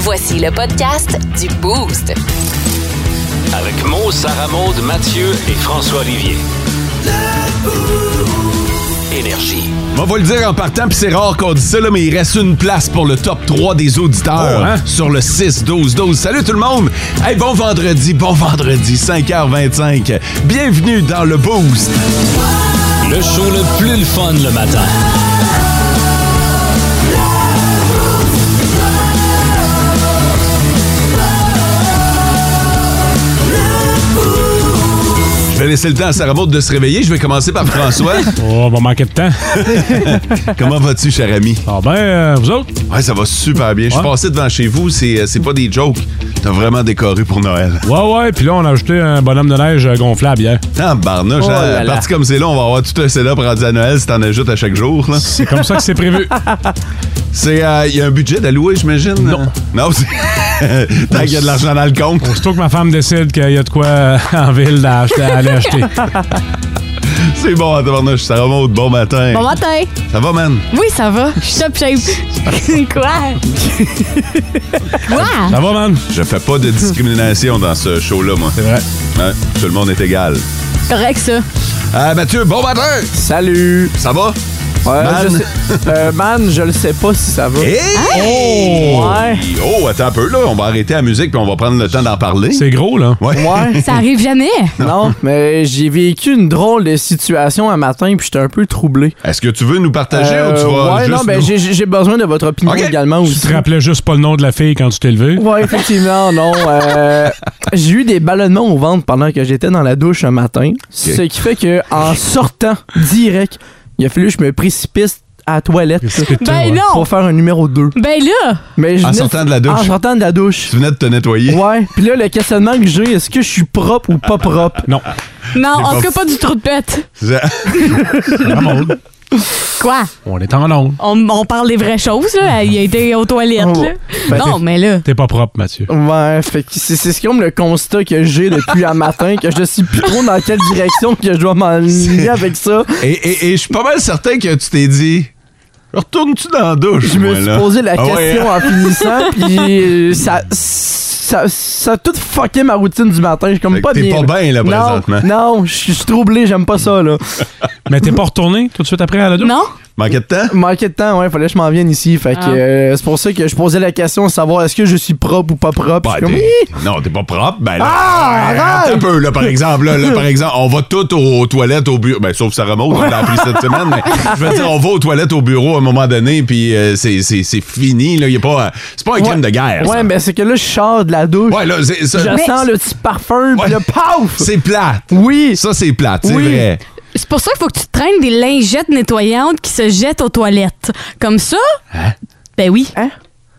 Voici le podcast du Boost. Avec Mo, Sarah Maud, Mathieu et François Olivier. Énergie. On va vous le dire en partant, puis c'est rare qu'on dise ça, là, mais il reste une place pour le top 3 des auditeurs Oh, hein? sur le 6-12-12. Salut tout le monde! Hey, bon vendredi, bon vendredi, 5h25. Bienvenue dans le Boost. Le show le plus le fun le matin. Je vais laisser le temps à Sarah Maud de se réveiller. Je vais commencer par François. Oh, on va manquer de temps. Comment vas-tu, cher ami? Ah ben, euh, vous autres? Ouais, ça va super bien. Je suis Ouais. passé devant chez vous, c'est euh, c'est pas des jokes. T'as vraiment décoré pour Noël. Ouais, ouais, puis là, on a ajouté un bonhomme de neige euh, gonflable hier. Ah, barnouche, Oh hein, là là. parti comme c'est là, on va avoir tout un setup rendu à Noël si t'en ajoutes à chaque jour. là. C'est comme ça que c'est prévu. C'est, euh, il y a un budget d'allouer, j'imagine? Non. Non, c'est- Tant qu'il y a de l'argent dans le compte. Surtout que ma femme décide qu'il y a de quoi euh, en ville à, acheter- à aller acheter. C'est bon, hein, tabarnouche, ça remonte. Bon matin. Bon matin! Ça va, man? Oui, ça va. Je suis top shape. Quoi? Quoi? Ça va, man? Je fais pas de discrimination dans ce show-là, moi. C'est vrai. Hein? Tout le monde est égal. Correct, ça. Ah, Mathieu, bon matin! Salut! Ça va? Ouais, Man. Je sais, Euh, man, je le sais pas si ça va. Hey! Oh! Ouais. Oh, attends un peu, là. On va arrêter la musique puis on va prendre le temps d'en parler. C'est gros, là. Ouais. Ouais, Ça arrive jamais. non, mais j'ai vécu une drôle de situation un matin puis j'étais un peu troublé. Est-ce que tu veux nous partager Euh, ou tu vas ouais, juste non, ben nous- j'ai- j'ai j'ai besoin de votre opinion Ok. également Tu te aussi. rappelais juste pas le nom de la fille quand tu t'es levé? Ouais, effectivement, non. euh, j'ai eu des ballonnements au ventre pendant que j'étais dans la douche un matin. Ce qui fait que en sortant direct, il a fallu que je me précipite à la toilette Ben non! pour faire un numéro 2. Ben là! Mais je Ah, En venais- sortant de la douche. En sortant de la douche. Tu venais de te nettoyer. Ouais, puis là, le questionnement que j'ai, est-ce que je suis propre ou pas propre? Non. Non, en pas- tout cas, pas du trou de pète. Ramon, Quoi? on est en onde. On, on parle des vraies choses, là. Il a été aux toilettes, là. Ben, non, mais là. T'es pas propre, Mathieu. Ouais, fait que c'est c'est comme le constat que j'ai depuis un matin, que je sais plus trop dans quelle direction que je dois m'enligner avec ça. Et, et- et je suis pas mal certain que tu t'es dit Retourne-tu dans la douche Je me moi, suis là? posé la Ah ouais, question hein? en finissant, puis euh, ça, ça, ça a tout fucké ma routine du matin. Je suis comme Fait que pas t'es bien. pas bien, là, Non, présentement. Non, je suis je suis troublé, j'aime pas ça, là. Mais t'es pas retourné tout de suite après à la douche? Non? Manquait de temps Manquait de temps, ouais, fallait que je m'en vienne ici. Fait que Ah. euh, c'est pour ça que je posais la question de savoir est-ce que je suis propre ou pas propre. Bah, Je suis comme, t'es- Hi! non, t'es pas propre. Ben là, Ah, attends arrête! un peu, là, par exemple. Là, là, par exemple, on va tout aux toilettes, au bureau. Ben, sauf Sarah Maud, on l'a appris cette semaine. Mais je veux dire, on va aux toilettes au bureau à un moment donné, puis euh, c'est c'est- c'est fini. Là, y a pas, euh, c'est pas un crime de guerre. Ouais, ça. mais c'est que là, je sors de la douche. ouais là, c'est ça- Je sens le petit parfum, Ouais. puis le paf! c'est plate. Oui! Ça, c'est plate, c'est Oui. vrai. C'est pour ça qu'il faut que tu traînes des lingettes nettoyantes qui se jettent aux toilettes. Comme ça? Ben oui. Hein?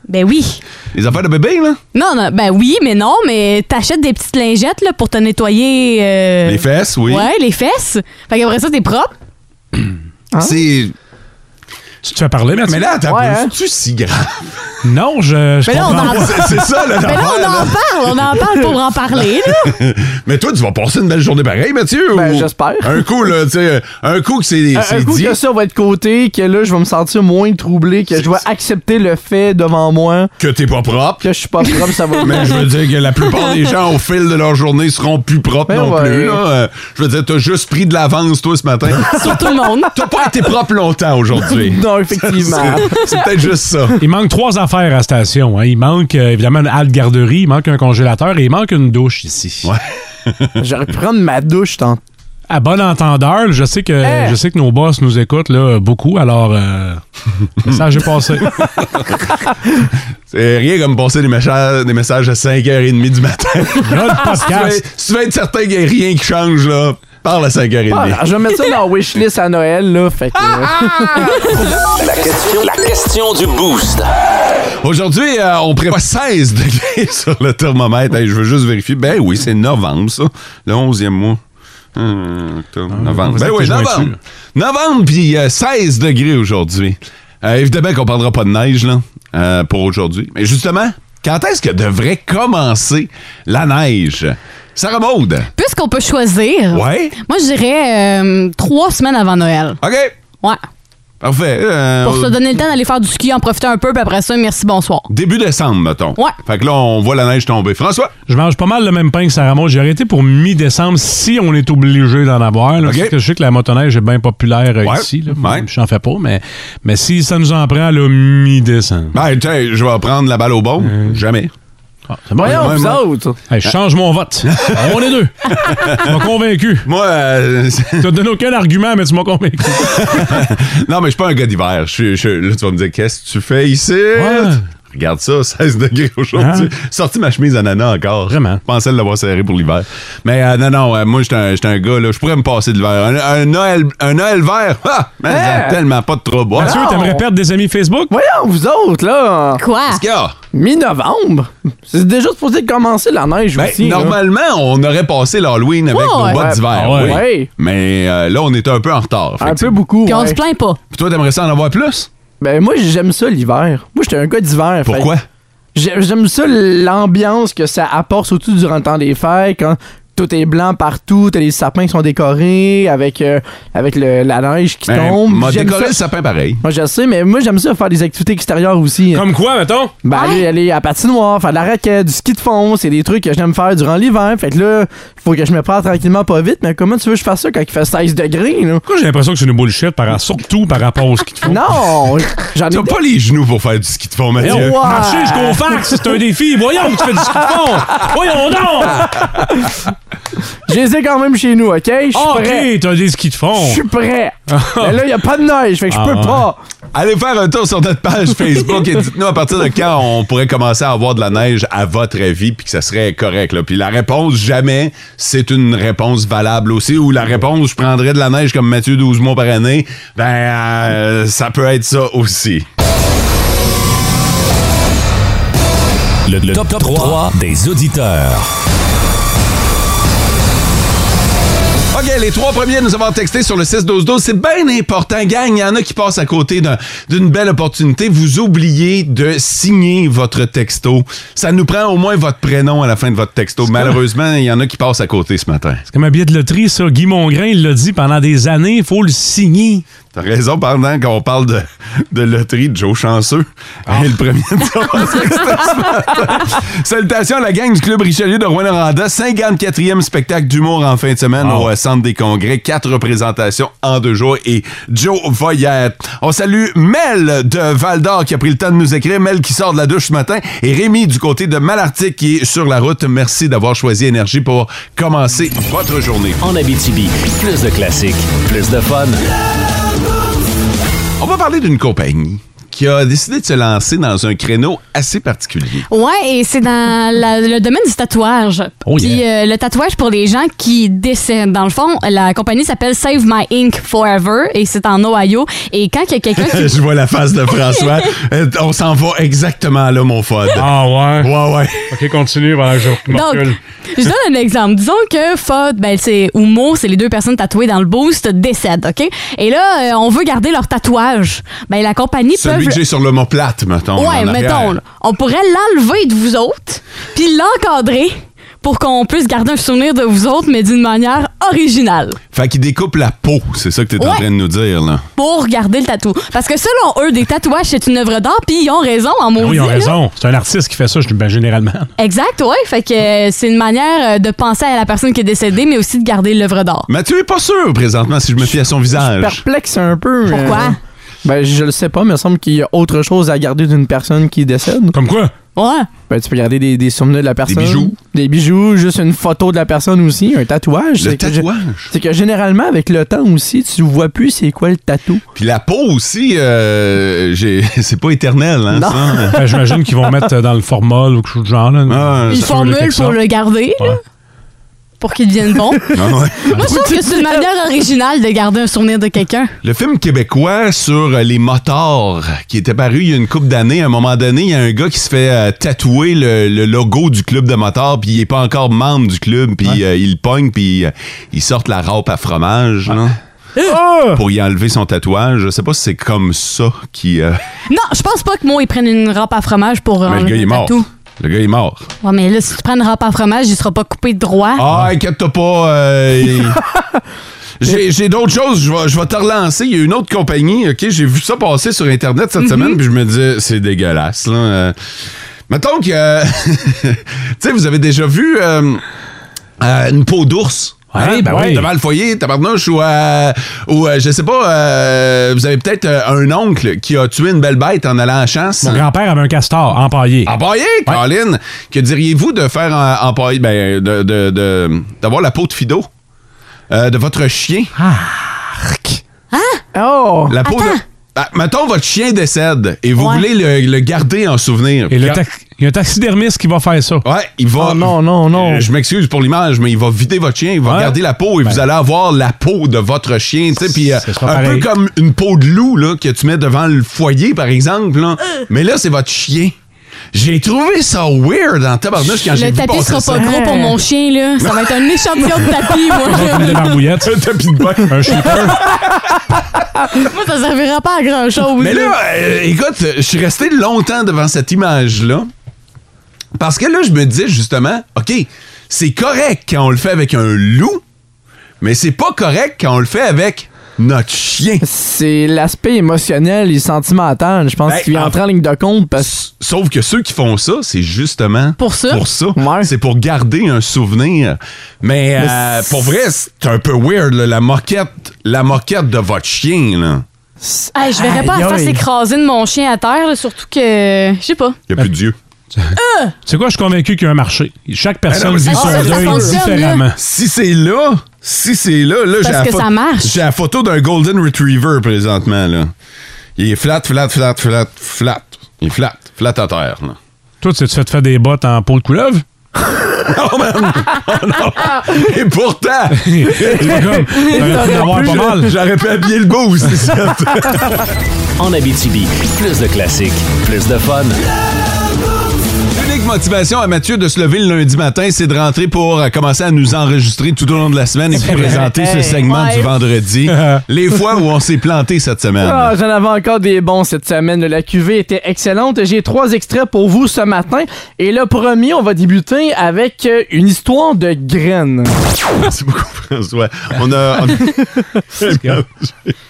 Ben oui. Les affaires de bébé, là? Non, non, ben oui, mais non, mais t'achètes des petites lingettes là, pour te nettoyer. euh, Les fesses, oui. Ouais, les fesses. Fait qu'après ça, t'es propre. C'est. Tu te fais parler, Mathieu? Mais là, attends, Ouais, un peu, hein? c'est-tu si grave? Non, je, je Mais là, on comprends en pas. C'est c'est ça, là, Mais là, on l'affaire, en là. parle, on en parle pour en parler, là. Mais toi, tu vas passer une belle journée pareille, Mathieu? Ben, ou- j'espère. Un coup, là, tu sais, un coup que c'est Un- c'est Un coup dit. que ça va être côté, que là, je vais me sentir moins troublé, que je dois accepter le fait devant moi que t'es pas propre. que je suis pas propre, ça va. Mais je veux dire que la plupart des gens, au fil de leur journée, seront plus propres Ben non ouais. plus. là. Euh, je veux dire, t'as juste pris de l'avance, toi, ce matin. Sur tout le monde. t'as pas été propre longtemps aujourd'hui. Non, effectivement. C'est- C'est peut-être juste ça. Il manque trois affaires à la station. hein. Il manque euh, évidemment une halte garderie, il manque un congélateur et il manque une douche ici. J'aurais pu prendre ma douche, tant. Hein? À bon entendeur, je sais que Hey! je sais que nos boss nous écoutent là, beaucoup, alors euh, message est passé. C'est rien comme passer des messages, des messages à 5h30 du matin. Là, le Si tu veux- podcast. si tu veux être certain qu'il n'y a rien qui change, là, parle à 5h30. Ah, alors, je vais mettre ça dans la wishlist à Noël, là. Fait que. euh. La question, la question du boost. Aujourd'hui, euh, on prévoit 16 degrés sur le thermomètre. Hey, je veux juste vérifier. Ben oui, c'est novembre, ça. Le 11e mois. Hum, octobre, novembre. Ah, vous Ben êtes oui, jointus. novembre. Novembre, puis euh, 16 degrés aujourd'hui. Euh, évidemment qu'on parlera pas de neige là, euh, pour aujourd'hui. Mais justement, quand est-ce que devrait commencer la neige? Sarah Maud. Puisqu'on peut choisir, Ouais? moi, je dirais euh, trois semaines avant Noël. OK. Ouais. Parfait. Euh, Pour se au- donner le temps d'aller faire du ski, en profiter un peu, puis après ça, merci, bonsoir. Début décembre, mettons. Ouais. Fait que là, on voit la neige tomber. François, Je mange pas mal le même pain que Sarah Maud. J'ai arrêté pour mi-décembre si on est obligé d'en avoir. là, OK. Parce que je sais que la motoneige est bien populaire euh, Ouais, ici. Là, ouais. Je n'en fais pas, mais, mais si ça nous en prend, le mi-décembre. ben, tu sais, je vais prendre la balle au bon. Jamais. Ah, c'est bon. Voyons, Ouais, vous moi- autres. Hey, je change mon vote. on est deux. Tu m'as convaincu. Moi, euh, Tu n'as donné aucun argument, mais tu m'as convaincu. non, mais je suis pas un gars d'hiver. Je suis- je suis- là, tu vas me dire, qu'est-ce que tu fais ici? Ouais. Regarde ça, 16 degrés aujourd'hui. Sorti ma chemise ananas encore. Vraiment. Je pensais l'avoir serrée pour l'hiver. Mais euh, non, non, euh, moi, j'étais un, j'étais un gars, là, je pourrais me passer de l'hiver. Un, un Noël, un Noël vert, ah, mais Hein? tellement pas de trouble. Voilà. Mathieu, t'aimerais perdre des amis Facebook? Voyons, vous autres, là. Quoi? Qu'est-ce qu'il y a? Mi-novembre? C'est déjà supposé commencer la neige Ben, aussi. là. normalement, on aurait passé l'Halloween avec Ouais, nos ouais. bottes d'hiver. Ah ouais. oui. Ouais. Mais euh, là, on était un peu en retard. Un peu effectivement. beaucoup. Puis on ouais. se plaint pas. Puis toi, t'aimerais ça en avoir plus? Ben, moi, j'aime ça l'hiver. Moi, j'étais un gars d'hiver. fait- Pourquoi? J'ai- J'aime ça l'ambiance que ça apporte, surtout durant le temps des fêtes, quand tout est blanc partout, t'as les sapins qui sont décorés avec, euh, avec le- la neige qui Ben, tombe. m'a J'aime décoré ça- le sapin pareil. Moi, je sais, mais moi, j'aime ça faire des activités extérieures aussi. Comme quoi, mettons? Ben, aller, Ah! aller à la patinoire, faire de la raquette, du ski de fond, c'est des trucs que j'aime faire durant l'hiver. Fait que là, faut que je me prenne tranquillement pas vite, mais comment tu veux que je fasse ça quand il fait 16 degrés, là? Pourquoi j'ai l'impression que c'est une bullshit, par, surtout par rapport au ski de fond? Non! J'en T'as ai. pas les genoux pour faire du ski de fond, Eh, Mathieu. ouais. Marcher jusqu'au fax, c'est un défi. Voyons, tu fais du ski de fond. Voyons donc. Je les ai quand même chez nous, ok? Je suis prêt. Ah, OK, t'as des skis de Je fond. suis prêt! Mais là, y a pas de neige, fait que je Ah peux ouais. pas! Allez faire un tour sur notre page Facebook et dites-nous à partir de quand on pourrait commencer à avoir de la neige à votre avis puis que ça serait correct. Là. Puis la réponse jamais, c'est une réponse valable aussi. Ou la réponse je prendrais de la neige comme Mathieu 12 mois par année, ben euh, ça peut être ça aussi. Le, le top, 3, des auditeurs. OK, les trois premiers à nous avoir texté sur le 6-12-12, c'est bien important, gang. Il y en a qui passent à côté d'un- d'une belle opportunité. Vous oubliez de signer votre texto. Ça nous prend au moins votre prénom à la fin de votre texto. Malheureusement, il y en a qui passent à côté ce matin. C'est comme un billet de loterie, ça. Guy Mongrain, il l'a dit pendant des années, il faut le signer. T'as raison, pendant qu'on parle de, de loterie de Joe Chanceux, hein, le premier de savoir ce que c'était ce matin. Salutations à la gang du Club Richelieu de Rouen-Noranda, 54e spectacle d'humour en fin de semaine Wow. au euh, Centre des Congrès, quatre représentations en deux jours et Joe Voyette. On salue Mel de Val-d'Or qui a pris le temps de nous écrire, Mel qui sort de la douche ce matin et Rémi du côté de Malartic qui est sur la route. Merci d'avoir choisi Énergie pour commencer votre journée. En Abitibi, plus de classiques, plus de fun. On va parler d'une compagnie qui a décidé de se lancer dans un créneau assez particulier. Ouais, et c'est dans la- le domaine du tatouage. Oh Puis euh, le tatouage pour les gens qui décèdent. Dans le fond, la compagnie s'appelle Save My Ink Forever et c'est en Ohio. Et quand il y a quelqu'un qui Je vois la face de François. Euh, On s'en va exactement là, mon fod. Ah Ouais, ouais. OK, continue, voilà, je Donc, je donne un exemple. Disons que Fod, ben, c'est, ou Mo, c'est les deux personnes tatouées dans le boost, décèdent, OK? Et là, euh, on veut garder leur tatouage. Ben, la compagnie peut... Celui que j'ai sur le mot plate, mettons. Ouais, en arrière. mettons, là. on pourrait l'enlever de vous autres, puis l'encadrer pour qu'on puisse garder un souvenir de vous autres, mais d'une manière originale, Fait qu'il découpe la peau, c'est ça que t'es en Ouais. train de nous dire, là. pour garder le tatou. Parce que selon eux, des tatouages, c'est une œuvre d'art, puis ils ont raison, en Ah maudit. Oui, hein. ils ont là. raison. C'est un artiste qui fait ça, je ben, généralement. Exact, ouais. Fait que euh, c'est une manière euh, de penser à la personne qui est décédée, mais aussi de garder l'œuvre d'art. Mathieu est pas sûr présentement si Euh, je me fie à son visage. perplexe un peu. mais- Pourquoi? Ben, je le sais pas, mais il me semble qu'il y a autre chose à garder d'une personne qui décède. Comme quoi? Ouais. Ben, tu peux garder des, des souvenirs de la personne. bijoux. Des bijoux, juste une photo de la personne aussi, un tatouage. Le C'est que je- tatouage. C'est que généralement, avec le temps aussi, tu vois plus c'est quoi le tatou. Puis la peau aussi, euh, j'ai- c'est pas éternel, hein, Non. ça. Ben, J'imagine qu'ils vont mettre euh, dans le formol ou quelque chose de genre. Là. Ah, une Ça, on le formule fait que ça. pour le garder, là, Ouais. pour qu'il devienne bon. Ah, ouais. Moi, je trouve que c'est une manière originale de garder un souvenir de quelqu'un. Le film québécois sur euh, les motards qui était paru il y a une couple d'années, à un moment donné, il y a un gars qui se fait euh, tatouer le, le logo du club de motards, puis il est pas encore membre du club, puis euh, il le pogne, puis euh, il sort la râpe à fromage là, Ah! pour y enlever son tatouage. Je sais pas si c'est comme ça qui. euh, Non, je pense pas que moi, ils prennent une rampe à fromage pour. mais le enlever gars il est le mort. tatou. Le gars est mort. Ouais, mais là, si tu prends une râpe à fromage, il sera pas coupé droit. Ah, inquiète-toi pas. euh, il- J'ai j'ai d'autres choses, je vais, je vais te relancer. Il y a une autre compagnie, OK? J'ai vu ça passer sur Internet Mm-hmm. cette semaine, puis je me dis, c'est dégueulasse, là. Euh, mettons que. euh, tu sais, vous avez déjà vu euh, euh, une peau d'ours? Ouais, hein? ben oui. Devant le foyer, tabarnouche, ou, euh, ou euh, je sais pas, euh, vous avez peut-être euh, un oncle qui a tué une belle bête en allant en chasse. Mon grand-père avait un castor empaillé. Empaillé, Colin! Que diriez-vous de faire en, empailler? Ben, de, de, de- d'avoir la peau de Fido? Euh, de votre chien? Ah. Oh! La peau de- Attends. Ah, mettons, votre chien décède et vous Ouais. voulez le, le garder en souvenir. Et le Quand- tax- il y a un taxidermiste qui va faire ça. Ah, Ouais, il va. Oh non, non, non. Euh, Je m'excuse pour l'image, mais il va vider votre chien, il va Ouais. garder la peau et vous allez avoir la peau de votre chien. tu sais, Puis, euh, Ce un sera peu pareil. comme une peau de loup là, que tu mets devant le foyer, par exemple. là. Euh. Mais là, c'est votre chien. J'ai trouvé ça weird en tabarnouche quand j'ai Le vu tapis passer sera ça. pas gros pour mon chien, là. Ça va être un échantillon de tapis, Une moi. de barbouillette. Un tapis de bain. un shooter. moi, ça servira pas à grand-chose. Mais là, euh, écoute, je suis resté longtemps devant cette image-là. Parce que là, je me disais justement, OK, c'est correct quand on le fait avec un loup, mais c'est pas correct quand on le fait avec notre chien. C'est l'aspect émotionnel et sentimental, je pense, Ben, qui en- entre en ligne de compte parce S- Sauf que ceux qui font ça, c'est justement Pour ça. Pour ça. Ouais. C'est pour garder un souvenir. Mais, Mais euh, c'est- pour vrai, c'est un peu weird, là, la moquette, la moquette de votre chien. Là. Hey, je verrais pas Aïe, à faire aïe. s'écraser de mon chien à terre, là, surtout que. Je sais pas. Il n'y a plus de Dieu. C'est quoi, je suis convaincu qu'il y a un marché. Chaque personne Ben mais vit c'est son ça, ça deuil fonctionne, là. différemment. Si c'est là, si c'est là, là, j'ai Parce la que pho- ça marche. J'ai la photo d'un Golden Retriever présentement, là. Il est flat, flat, flat, flat, flat. Il est flat, flat à terre, là. Toi, tu tu te faire des bottes en peau de couleuvre? Oh, Et pourtant, C'est pas comme, t'aurais pu en avoir pas mal. j'aurais pu habiller le beau, c'est ça. En Abitibi, plus de classiques, plus de fun. L'unique motivation à Mathieu de se lever le lundi matin, c'est de rentrer pour euh, commencer à nous enregistrer tout au long de la semaine et puis présenter ce segment Ouais. du vendredi. Les fois où on s'est planté cette semaine. Ah, j'en avais encore des bons cette semaine. La cuvée était excellente. J'ai trois extraits pour vous ce matin. Et le premier, on va débuter avec euh, une histoire de graines. Merci beaucoup, François. On a. on a-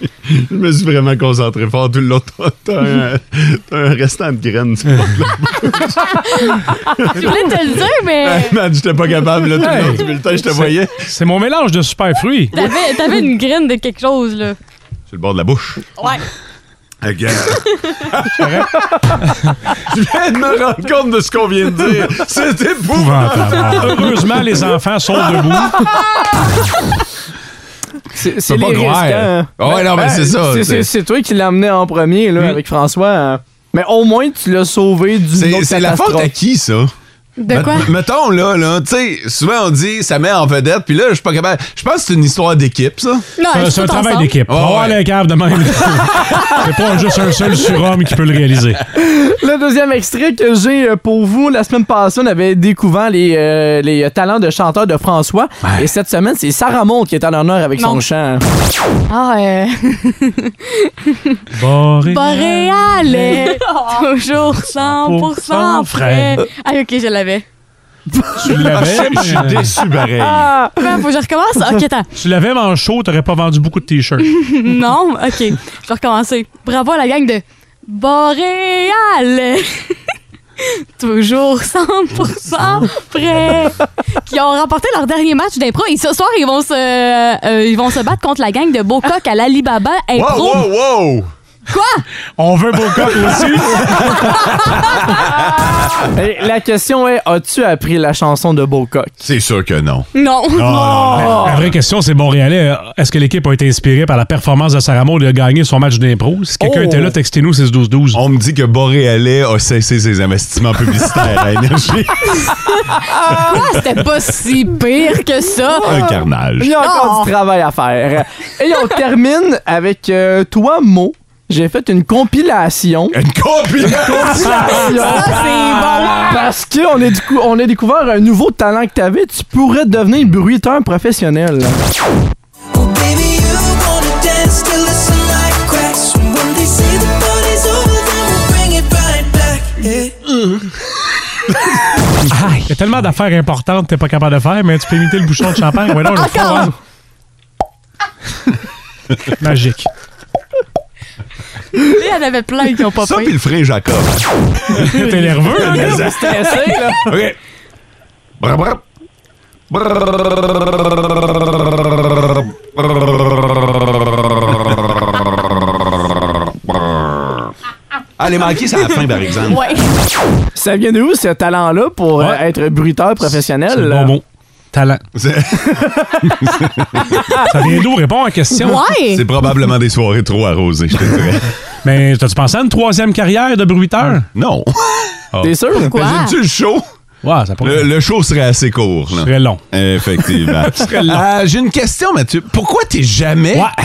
je me suis vraiment concentré fort tout le long. T'as- T'as un, t'as un restant de graines. tu vois. Je voulais te le dire, mais. Hey, Man, j'étais pas capable. Là, tout le long du bulletin, je te voyais. C'est mon mélange de super fruits. T'avais t'avais une graine de quelque chose, là. Sur le bord de la bouche. Ouais. Ok. je viens de me rendre compte de ce qu'on vient de dire. C'était fou. Ah, Heureusement, les enfants sont debout. C'est c'est Faut pas les croire. risques, hein. Ouais, non, mais Ben, c'est ça, c'est- C'est c'est- c'est toi qui l'as amené en premier là, avec François. hein. Mais au moins, tu l'as sauvé du C'est c'est la faute à qui, ça? De Met- quoi? Mettons, là, là, tu sais, souvent on dit ça met en vedette, puis là, je suis pas capable. Je pense que c'est une histoire d'équipe, ça. Non, Euh, je C'est suis un tout travail ensemble. d'équipe. On va Ouais, voir ouais. les caves de même. C'est pas juste un seul surhomme qui peut le réaliser. Le deuxième extrait que j'ai euh, pour vous, la semaine passée, on avait découvert les, euh, les euh, talents de chanteur de François. Et cette semaine, c'est Sarah Maud qui est en honneur avec Non. son chant. hein. Ah, euh. Boré. Boréal est toujours 100% 100% frais. frais. Ah, ok, je l'avais. Tu l'avais. Je suis euh, déçu, pareil. Comment, Ah, ben, faut que je recommence? Ok, attends. Tu l'avais mais en chaud, t'aurais pas vendu beaucoup de t-shirts. Non? Ok, je vais recommencer. Bravo à la gang de Boréal est toujours 100% frais. Qui ont remporté leur dernier match d'impro. Et ce soir, ils vont se, euh, ils vont se battre contre la gang de Bocoq à l'Alibaba Wow, Impro. wow, wow! On veut Bocoq aussi. Et la question est, as-tu appris la chanson de Bocoq? C'est sûr que non. Oh, Non. La vraie question, c'est Montréalais, euh, est-ce que l'équipe a été inspirée par la performance de Sarah Maud de gagner son match d'impro? Si quelqu'un Oh. était là, textez-nous 6-12-12. On me dit que Boréalais a cessé ses investissements publicitaires à énergie. Quoi? C'était pas si pire que ça. Un carnage. Oh! Il y a encore Oh. du travail à faire. Et on termine avec euh, toi, Mo. J'ai fait une compilation. Une compilation! Ça, c'est bon. Parce qu'on a, décou- on a découvert un nouveau talent que t'avais. Tu pourrais devenir bruiteur professionnel. Baby, you wanna dance till the sunlight cracks. And when they say the party's over, then we'll bring it right back. Yeah. Il y a tellement d'affaires importantes que t'es pas capable de faire, mais tu peux imiter le bouchon de champagne. Ouais, non, je vais Encore! faire- Magique. Il y en avait plein qui ont pas Ça, pris. puis le frère Jacob. T'es nerveux, hein? là? gars? Stressé, là. OK. Brr, brr. Ah, les manqués, c'est à la fin, par exemple. Ouais. Ça vient de où, ce talent-là, pour euh, Ouais. être bruteur professionnel? Euh, C'est le là? bon mot. Talent. C'est- Ça vient d'où? Réponds à la question. Ouais. C'est probablement des soirées trop arrosées, je te dirais. Mais t'as-tu pensé à une troisième carrière de bruiteur? Non. T'es sûr? Quoi? Imagines-tu le show? Ouais, ça pourrait Le, le show serait assez court. là. ça serait long. Effectivement. Euh, J'ai une question, Mathieu. Pourquoi t'es jamais... Ouais.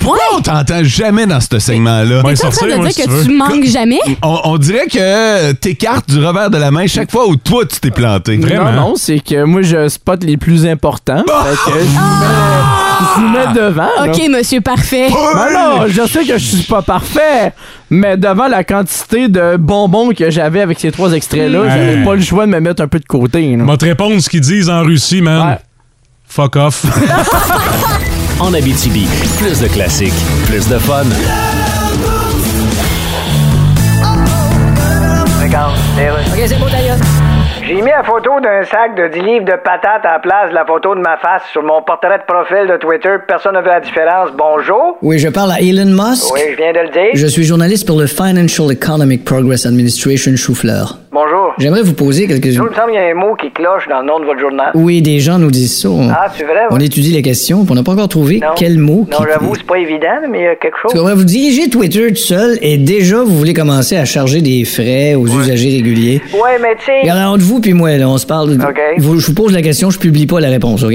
Pourquoi on t'entend jamais dans ce segment-là? Ouais, T'es en train sortir, de moi, dire si tu que veux. tu manques jamais? On, on dirait que t'écartes du revers de la main chaque fois où toi, tu t'es planté. hein? Non, Vraiment? non, c'est que moi, je spot les plus importants. Ah! Fait que je vous mets, je vous mets devant. là. Ok, monsieur parfait. Ben non, je sais que je suis pas parfait, mais devant la quantité de bonbons que j'avais avec ces trois Mmh. extraits-là, j'avais Ouais. pas le choix de me mettre un peu de côté. là. Moi, te répondre ce qu'ils disent en Russie, man. Ouais. Fuck off. En Abitibi, plus de classiques, plus de fun. J'ai mis la photo d'un sac de 10 livres de patates à la place de la photo de ma face sur mon portrait de profil de Twitter. Personne ne veut la différence. Bonjour. Oui, je parle à Elon Musk. Oui, je viens de le dire. Je suis journaliste pour le Financial Economic Progress Administration Choufleur. Bonjour. J'aimerais vous poser quelques... Il me semble qu'il y a un mot qui cloche dans le nom de votre journal. Oui, des gens nous disent ça. On, Ah, c'est vrai? on oui. étudie les questions, puis on n'a pas encore trouvé Non. quel mot Non, qui... j'avoue, c'est pas évident, mais il y a quelque Parce que, chose. ouais, vous dirigez Twitter tout seul et déjà vous voulez commencer à charger des frais aux usagers réguliers. Ouais, mais tu sais, Regardez, entre vous puis moi, là, on se parle. OK. Vous- je vous pose la question, je publie pas la réponse, OK?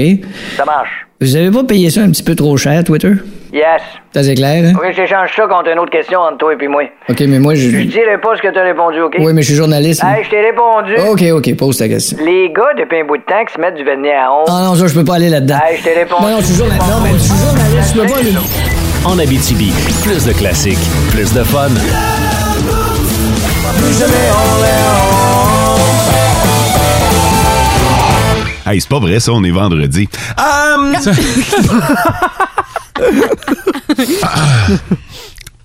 ça marche. Vous avez pas payé ça un petit peu trop cher, Twitter? Yes. Ça, c'est clair, hein? Ok, j'échange ça contre une autre question entre toi et puis moi. OK, mais moi, je... Je dirai pas ce que t'as répondu, ok? Oui, mais je suis journaliste. Hey, je t'ai répondu. OK, OK, pose ta question. Les gars, depuis un bout de temps, qui se mettent du vernis à ongles. Ah non, ça, je peux pas aller là-dedans. Hey, je t'ai répondu. Non, non, je suis journaliste. Non, mais je suis journaliste, je peux pas aller là. En Abitibi, plus de classiques, plus de fun. Hey, c'est pas vrai, ça, on est vendredi. Hum!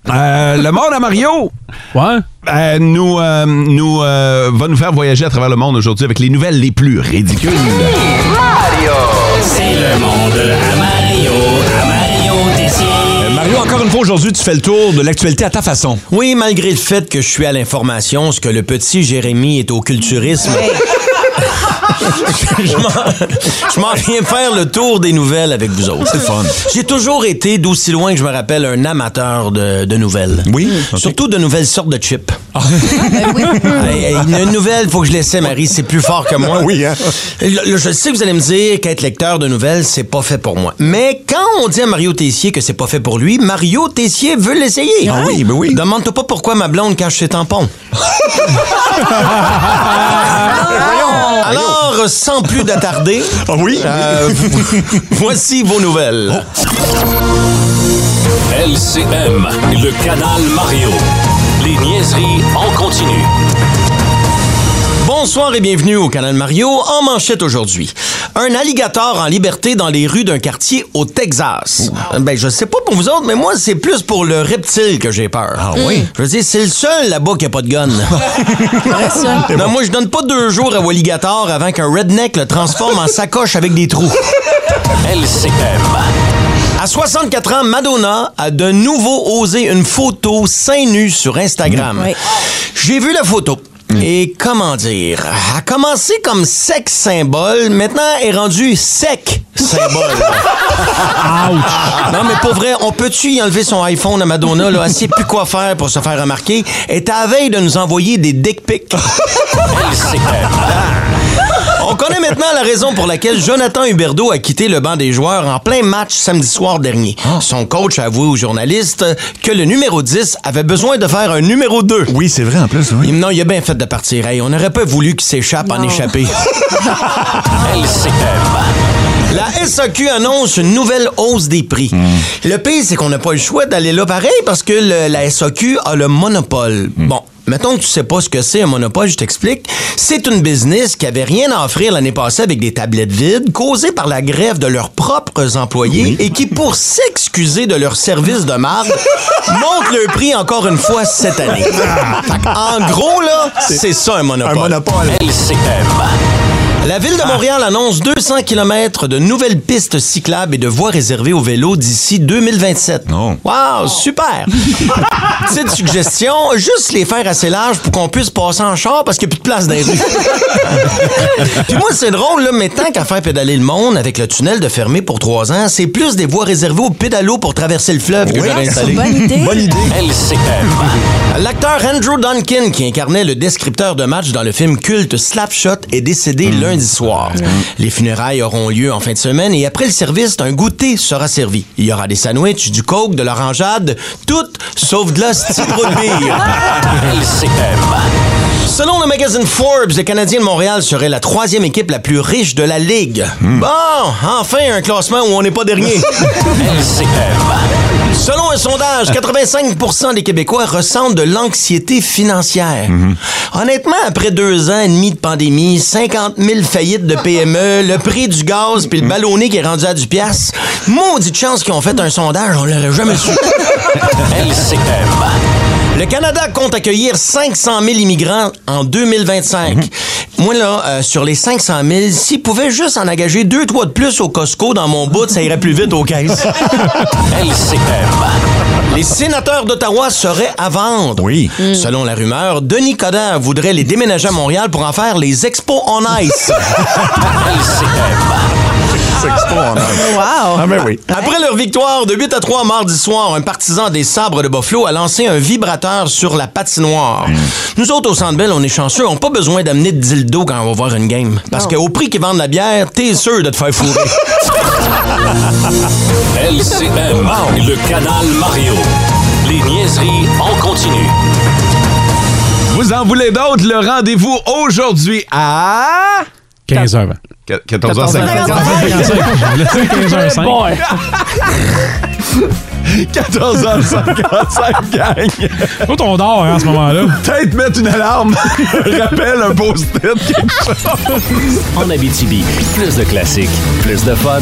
Euh, le monde à Mario Ouais? euh, nous, euh, nous, euh, va nous faire voyager à travers le monde aujourd'hui avec les nouvelles les plus ridicules. C'est le monde à Mario, à Mario Tessier. Euh, Mario, encore une fois aujourd'hui, tu fais le tour de l'actualité à ta façon. Oui, malgré le fait que je suis à l'information, ce que le petit Jérémy est au culturisme. je m'en- je m'en viens faire le tour des nouvelles avec vous autres. C'est fun. J'ai toujours été, d'aussi loin que je me rappelle, un amateur de, de nouvelles. Oui. Ah. Surtout de nouvelles sortes de chips. ben Hey, hey, une nouvelle, faut que je laissais Marie, c'est plus fort que moi. Ah Oui, hein. je sais que vous allez me dire qu'être lecteur de nouvelles, c'est pas fait pour moi. Mais quand on dit à Mario Tessier que c'est pas fait pour lui, Mario Tessier veut l'essayer. Ah oui, ben oui. Demande-toi pas pourquoi ma blonde cache ses tampons. Alors, sans plus d'attarder. Ah oui. voici vos nouvelles. LCM, le canal Mario. Les niaiseries en continu. Bonsoir et bienvenue au canal Mario en manchette aujourd'hui. Un alligator en liberté dans les rues d'un quartier au Texas. Ben je sais pas pour vous autres, mais moi c'est plus pour le reptile que j'ai peur. Ah oui. Je veux dire c'est le seul là-bas qui a pas de gun. non, moi je donne pas deux jours à alligator avant qu'un redneck le transforme en sacoche avec des trous. LCM, À 64 ans, Madonna a de nouveau osé une photo seins nus sur Instagram. J'ai vu la photo. Et comment dire, a commencé comme sex symbole, maintenant est rendu sec symbole. non mais pour vrai, on peut-tu y enlever son iPhone à Madonna là, elle sait plus quoi faire pour se faire remarquer. Elle est à la veille de nous envoyer des dick pics. LCM, On connaît maintenant la raison pour laquelle Jonathan Huberdeau a quitté le banc des joueurs en plein match samedi soir dernier. Ah. Son coach a avoué aux journalistes que le numéro 10 avait besoin de faire un numéro 2. Oui, c'est vrai en plus, oui. Il- Non, il a bien fait de partir. Hey, on n'aurait pas voulu qu'il s'échappe en échappé. LCM, La SAQ annonce une nouvelle hausse des prix. Hmm. Le pire, c'est qu'on n'a pas le choix d'aller là pareil parce que le- la SAQ a le monopole. Bon. Mettons que tu sais pas ce que c'est un monopole, je t'explique. C'est une business qui avait rien à offrir l'année passée avec des tablettes vides, causées par la grève de leurs propres employés et qui, pour s'excuser de leur service de marde, monte le prix encore une fois cette année. Fait que, en gros, là, Ah. c'est ça un monopole. Un monopole. La ville de Montréal annonce 200 km de nouvelles pistes cyclables et de voies réservées aux vélos d'ici 2027. Non. Wow, super! Petite suggestion, juste les faire assez larges pour qu'on puisse passer en char parce qu'il n'y a plus de place dans les rues. Puis moi, c'est drôle, là, mais tant qu'à faire pédaler le monde avec le tunnel de fermé pour trois ans, c'est plus des voies réservées aux pédalos pour traverser le fleuve que Ouais, j'aurais c'est installé. Ben une bonne idée. Bonne idée. L'acteur Andrew Duncan, qui incarnait le descripteur de match dans le film culte Slapshot, est décédé lundi soir. Les funérailles auront lieu en fin de semaine et après le service, un goûter sera servi. Il y aura des sandwichs, du coke, de l'orangeade, tout sauf de la cidre de bière. Selon le magazine Forbes, le Canadien de Montréal serait la troisième équipe la plus riche de la Ligue. Bon, enfin un classement où on n'est pas dernier. Selon un sondage, 85 des Québécois ressentent de l'anxiété financière. Honnêtement, après deux ans et demi de pandémie, 50 000 faillites de PME, le prix du gaz puis le ballonné qui est rendu à du piastre, maudite chance qu'ils ont fait un sondage, on l'aurait jamais su. Le Canada compte accueillir 500 000 immigrants en 2025. Moi, là, euh, sur les 500 000, s'ils pouvaient juste en engager deux, trois de plus au Costco dans mon bout, ça irait plus vite aux caisses. Les sénateurs d'Ottawa seraient à vendre. Oui. Selon la rumeur, Denis Coderre voudrait les déménager à Montréal pour en faire les expos on ice. Wow. Ah, ben oui. Après leur victoire de 8 à 3 mardi soir, un partisan des sabres de Buffalo a lancé un vibrateur sur la patinoire. Nous autres au Centre Bell, on est chanceux, on n'a pas besoin d'amener de dildo quand on va voir une game. Parce qu'au prix qu'ils vendent la bière, t'es sûr de te faire fourrer. LCM, le canal Mario. Les niaiseries en continu. Vous en voulez d'autres? Le rendez-vous aujourd'hui à... 15h. 14h55. 14h55, gang! Tout on dort hein, à ce moment-là. Peut-être mettre une alarme, un rappel, un post-it, quelque chose. En Abitibi, plus de classiques, plus de fun.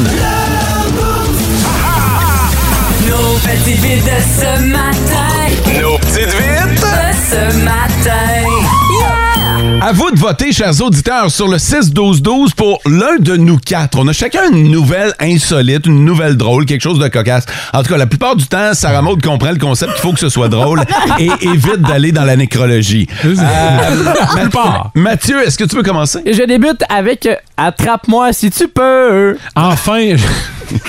Nos petites vites de ce matin. Nos petites vites de ce matin. À vous de voter, chers auditeurs, sur le 6-12-12 pour l'un de nous quatre. On a chacun une nouvelle insolite, une nouvelle drôle, quelque chose de cocasse. En tout cas, la plupart du temps, Sarah Maud comprend le concept qu'il faut que ce soit drôle et évite d'aller dans la nécrologie. La plupart. Mathieu, est-ce que tu veux commencer? Je débute avec euh, Attrape-moi si tu peux. Enfin.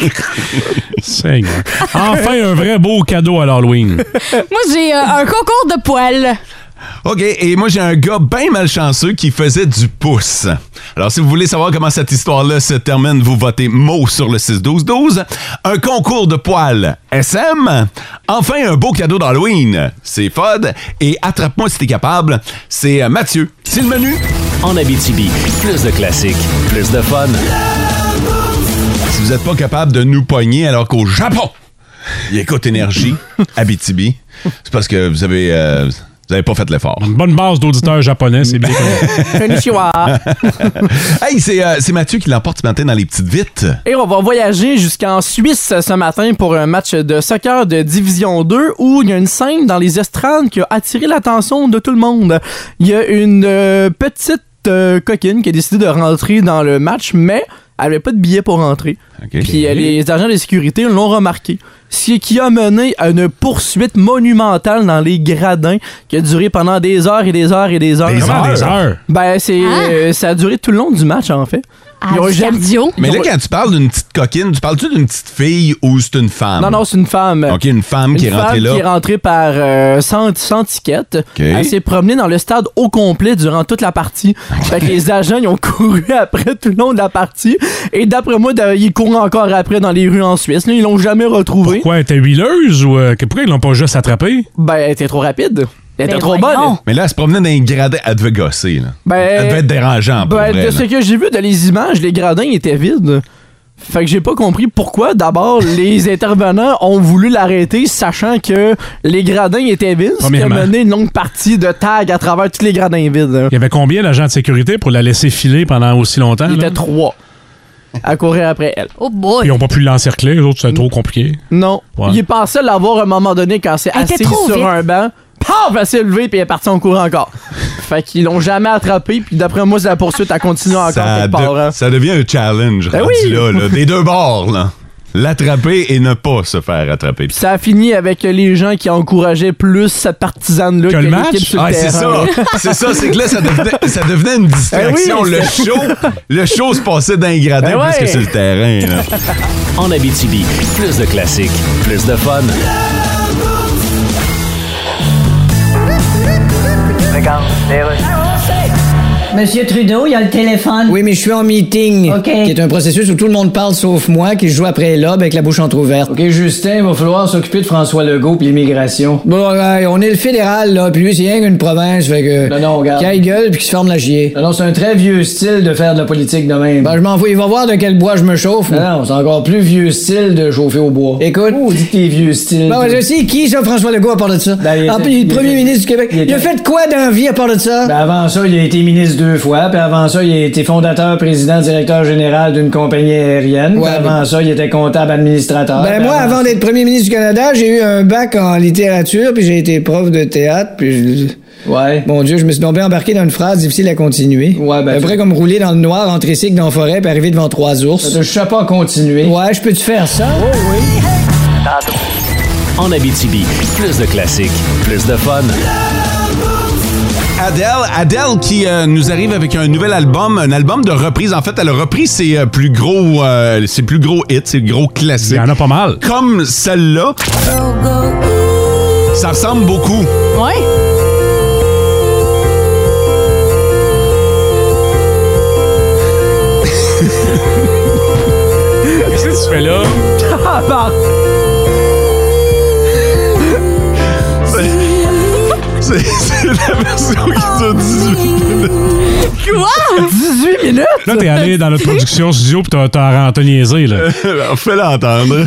Seigneur. Enfin, un vrai beau cadeau à l'Halloween. Moi, j'ai euh, un concours de poils. OK, et moi j'ai un gars bien malchanceux qui faisait du pouce. Alors si vous voulez savoir comment cette histoire-là se termine, vous votez mot sur le 6-12-12. Un concours de poils SM. Enfin un beau cadeau d'Halloween. C'est FOD. Et attrape-moi si t'es capable. C'est euh, Mathieu. C'est le menu. En Abitibi, plus de classiques, plus de fun. Si vous n'êtes pas capable de nous pogner alors qu'au Japon, il écoute énergie, Abitibi, c'est parce que vous avez, euh, vous avez pas fait l'effort. Une bonne base d'auditeurs japonais, c'est bien. Konnichiwa. hey, c'est euh, c'est Mathieu qui l'emporte ce matin dans les petites vites. Et on va voyager jusqu'en Suisse ce matin pour un match de soccer de Division 2 où il y a une scène dans les estrades qui a attiré l'attention de tout le monde. Il y a une euh, petite euh, coquine qui a décidé de rentrer dans le match, mais elle avait pas de billet pour rentrer. Puis euh, les agents de sécurité l'ont remarqué. Ce qui a mené à une poursuite monumentale dans les gradins qui a duré pendant des heures et des heures et des heures. Des Comment heures? Des heures? Ben, c'est, euh, ça a duré tout le long du match, en fait. Ils ont jamais- Mais là, Ils ont- quand tu parles d'une petite coquine, tu parles-tu d'une petite fille ou c'est une femme? Non, non, c'est une femme. OK, une femme Ah, qui est Une rentrée femme là. qui est rentrée par euh, sans, sans ticket. Elle s'est promenée dans le stade au complet durant toute la partie. Fait que les agents, ils ont couru après tout le long de la partie. Et d'après moi, d'a- ils courent encore après dans les rues en Suisse. Là, ils l'ont jamais retrouvée. Quoi, t'es huileuse ou euh, que- pourquoi ils l'ont pas juste attrapé? Ben, elle était trop rapide. Elle était Ben trop voyons. bonne. Mais là, elle se promenait dans les gradins. Elle devait gosser, là. Ben, elle devait être dérangeant, Ah, pour Ben, vrai, de là. ce que j'ai vu dans les images, les gradins étaient vides. Fait que j'ai pas compris pourquoi d'abord les intervenants ont voulu l'arrêter sachant que les gradins étaient vides, ce qui a Premièrement. mené une longue partie de tag à travers tous les gradins vides. Il y avait combien d'agents de sécurité pour la laisser filer pendant aussi longtemps? Il là? était trois à courir après elle. Oh boy! Ils n'ont pas pu l'encercler, les autres, c'était trop compliqué. Non. Ouais. Il est passé à l'avoir à un moment donné quand c'est Elle était assis trop sur vite. un banc. Paf! Elle s'est levée puis elle est partie en courant encore. fait qu'ils l'ont jamais attrapé puis d'après moi, la poursuite a continué encore Ça, quelque part. de- hein. ça devient un challenge Ben rendu oui. là, là, des deux bords. là. L'attraper et ne pas se faire attraper. Ça a fini avec les gens qui encourageaient plus cette partisane-là Que le l'équipe match? sur le Ah, c'est terrain. ça. C'est ça, c'est que là, ça devenait, ça devenait une distraction. Eh oui, le, c'est- Ben show, le show se passait dans les gradins Eh Ah, plus ouais. que sur le terrain. là. En Abitibi, plus de classiques, plus de fun. Monsieur Trudeau, il y a le téléphone. Oui, mais je suis en meeting. OK. Qui est un processus où tout le monde parle sauf moi, qui joue après l'ob avec la bouche entrouverte. OK, Justin, il va falloir s'occuper de François Legault puis l'immigration. Bon, ouais, on est le fédéral, là, puis lui, c'est rien qu'une province, fait que. Non, non, regarde. Qu'il gueule puis qu'il se forme la chier. Non, non, c'est un très vieux style de faire de la politique de même. Ben, je m'en fous, il va voir de quel bois je me chauffe. Non, non c'est encore plus vieux style de chauffer au bois. Écoute. Oh, dis tes vieux styles. Bon, je sais qui, ça, François Legault, à part de ça. en plus, il est le premier ministre du Québec. Il a fait quoi dans la vie à part de ça? Ben avant ça, il a été ministre deux fois. Puis avant ça, il a été fondateur, président, directeur général d'une compagnie aérienne. Puis avant ça, il était comptable administrateur. Ben, moi, avant d'être premier ministre du Canada, j'ai eu un bac en littérature, puis j'ai été prof de théâtre, puis je... Ouais. Mon Dieu, je me suis tombé embarqué dans une phrase difficile à continuer. Ouais, ben. Après, comme rouler dans le noir, en tricycle dans la forêt, puis arriver devant trois ours. Ben, Je sais pas continuer. Ouais, je peux-tu faire ça? En Abitibi, plus de classiques, plus de fun. Adèle, Adèle qui euh, nous arrive avec un nouvel album, un album de reprise. En fait, elle a repris ses euh, plus gros, euh, ses plus gros hits, ses gros classiques. Il y en a pas mal. Comme celle-là. Ça ressemble beaucoup. Ouais. Qu'est-ce que tu fais là? C'est c'est la version qui dure 18 minutes. Quoi? 18 minutes? Là, t'es allé dans notre production studio pis t'as- t'as t'as niaisé, là. Fais-le entendre.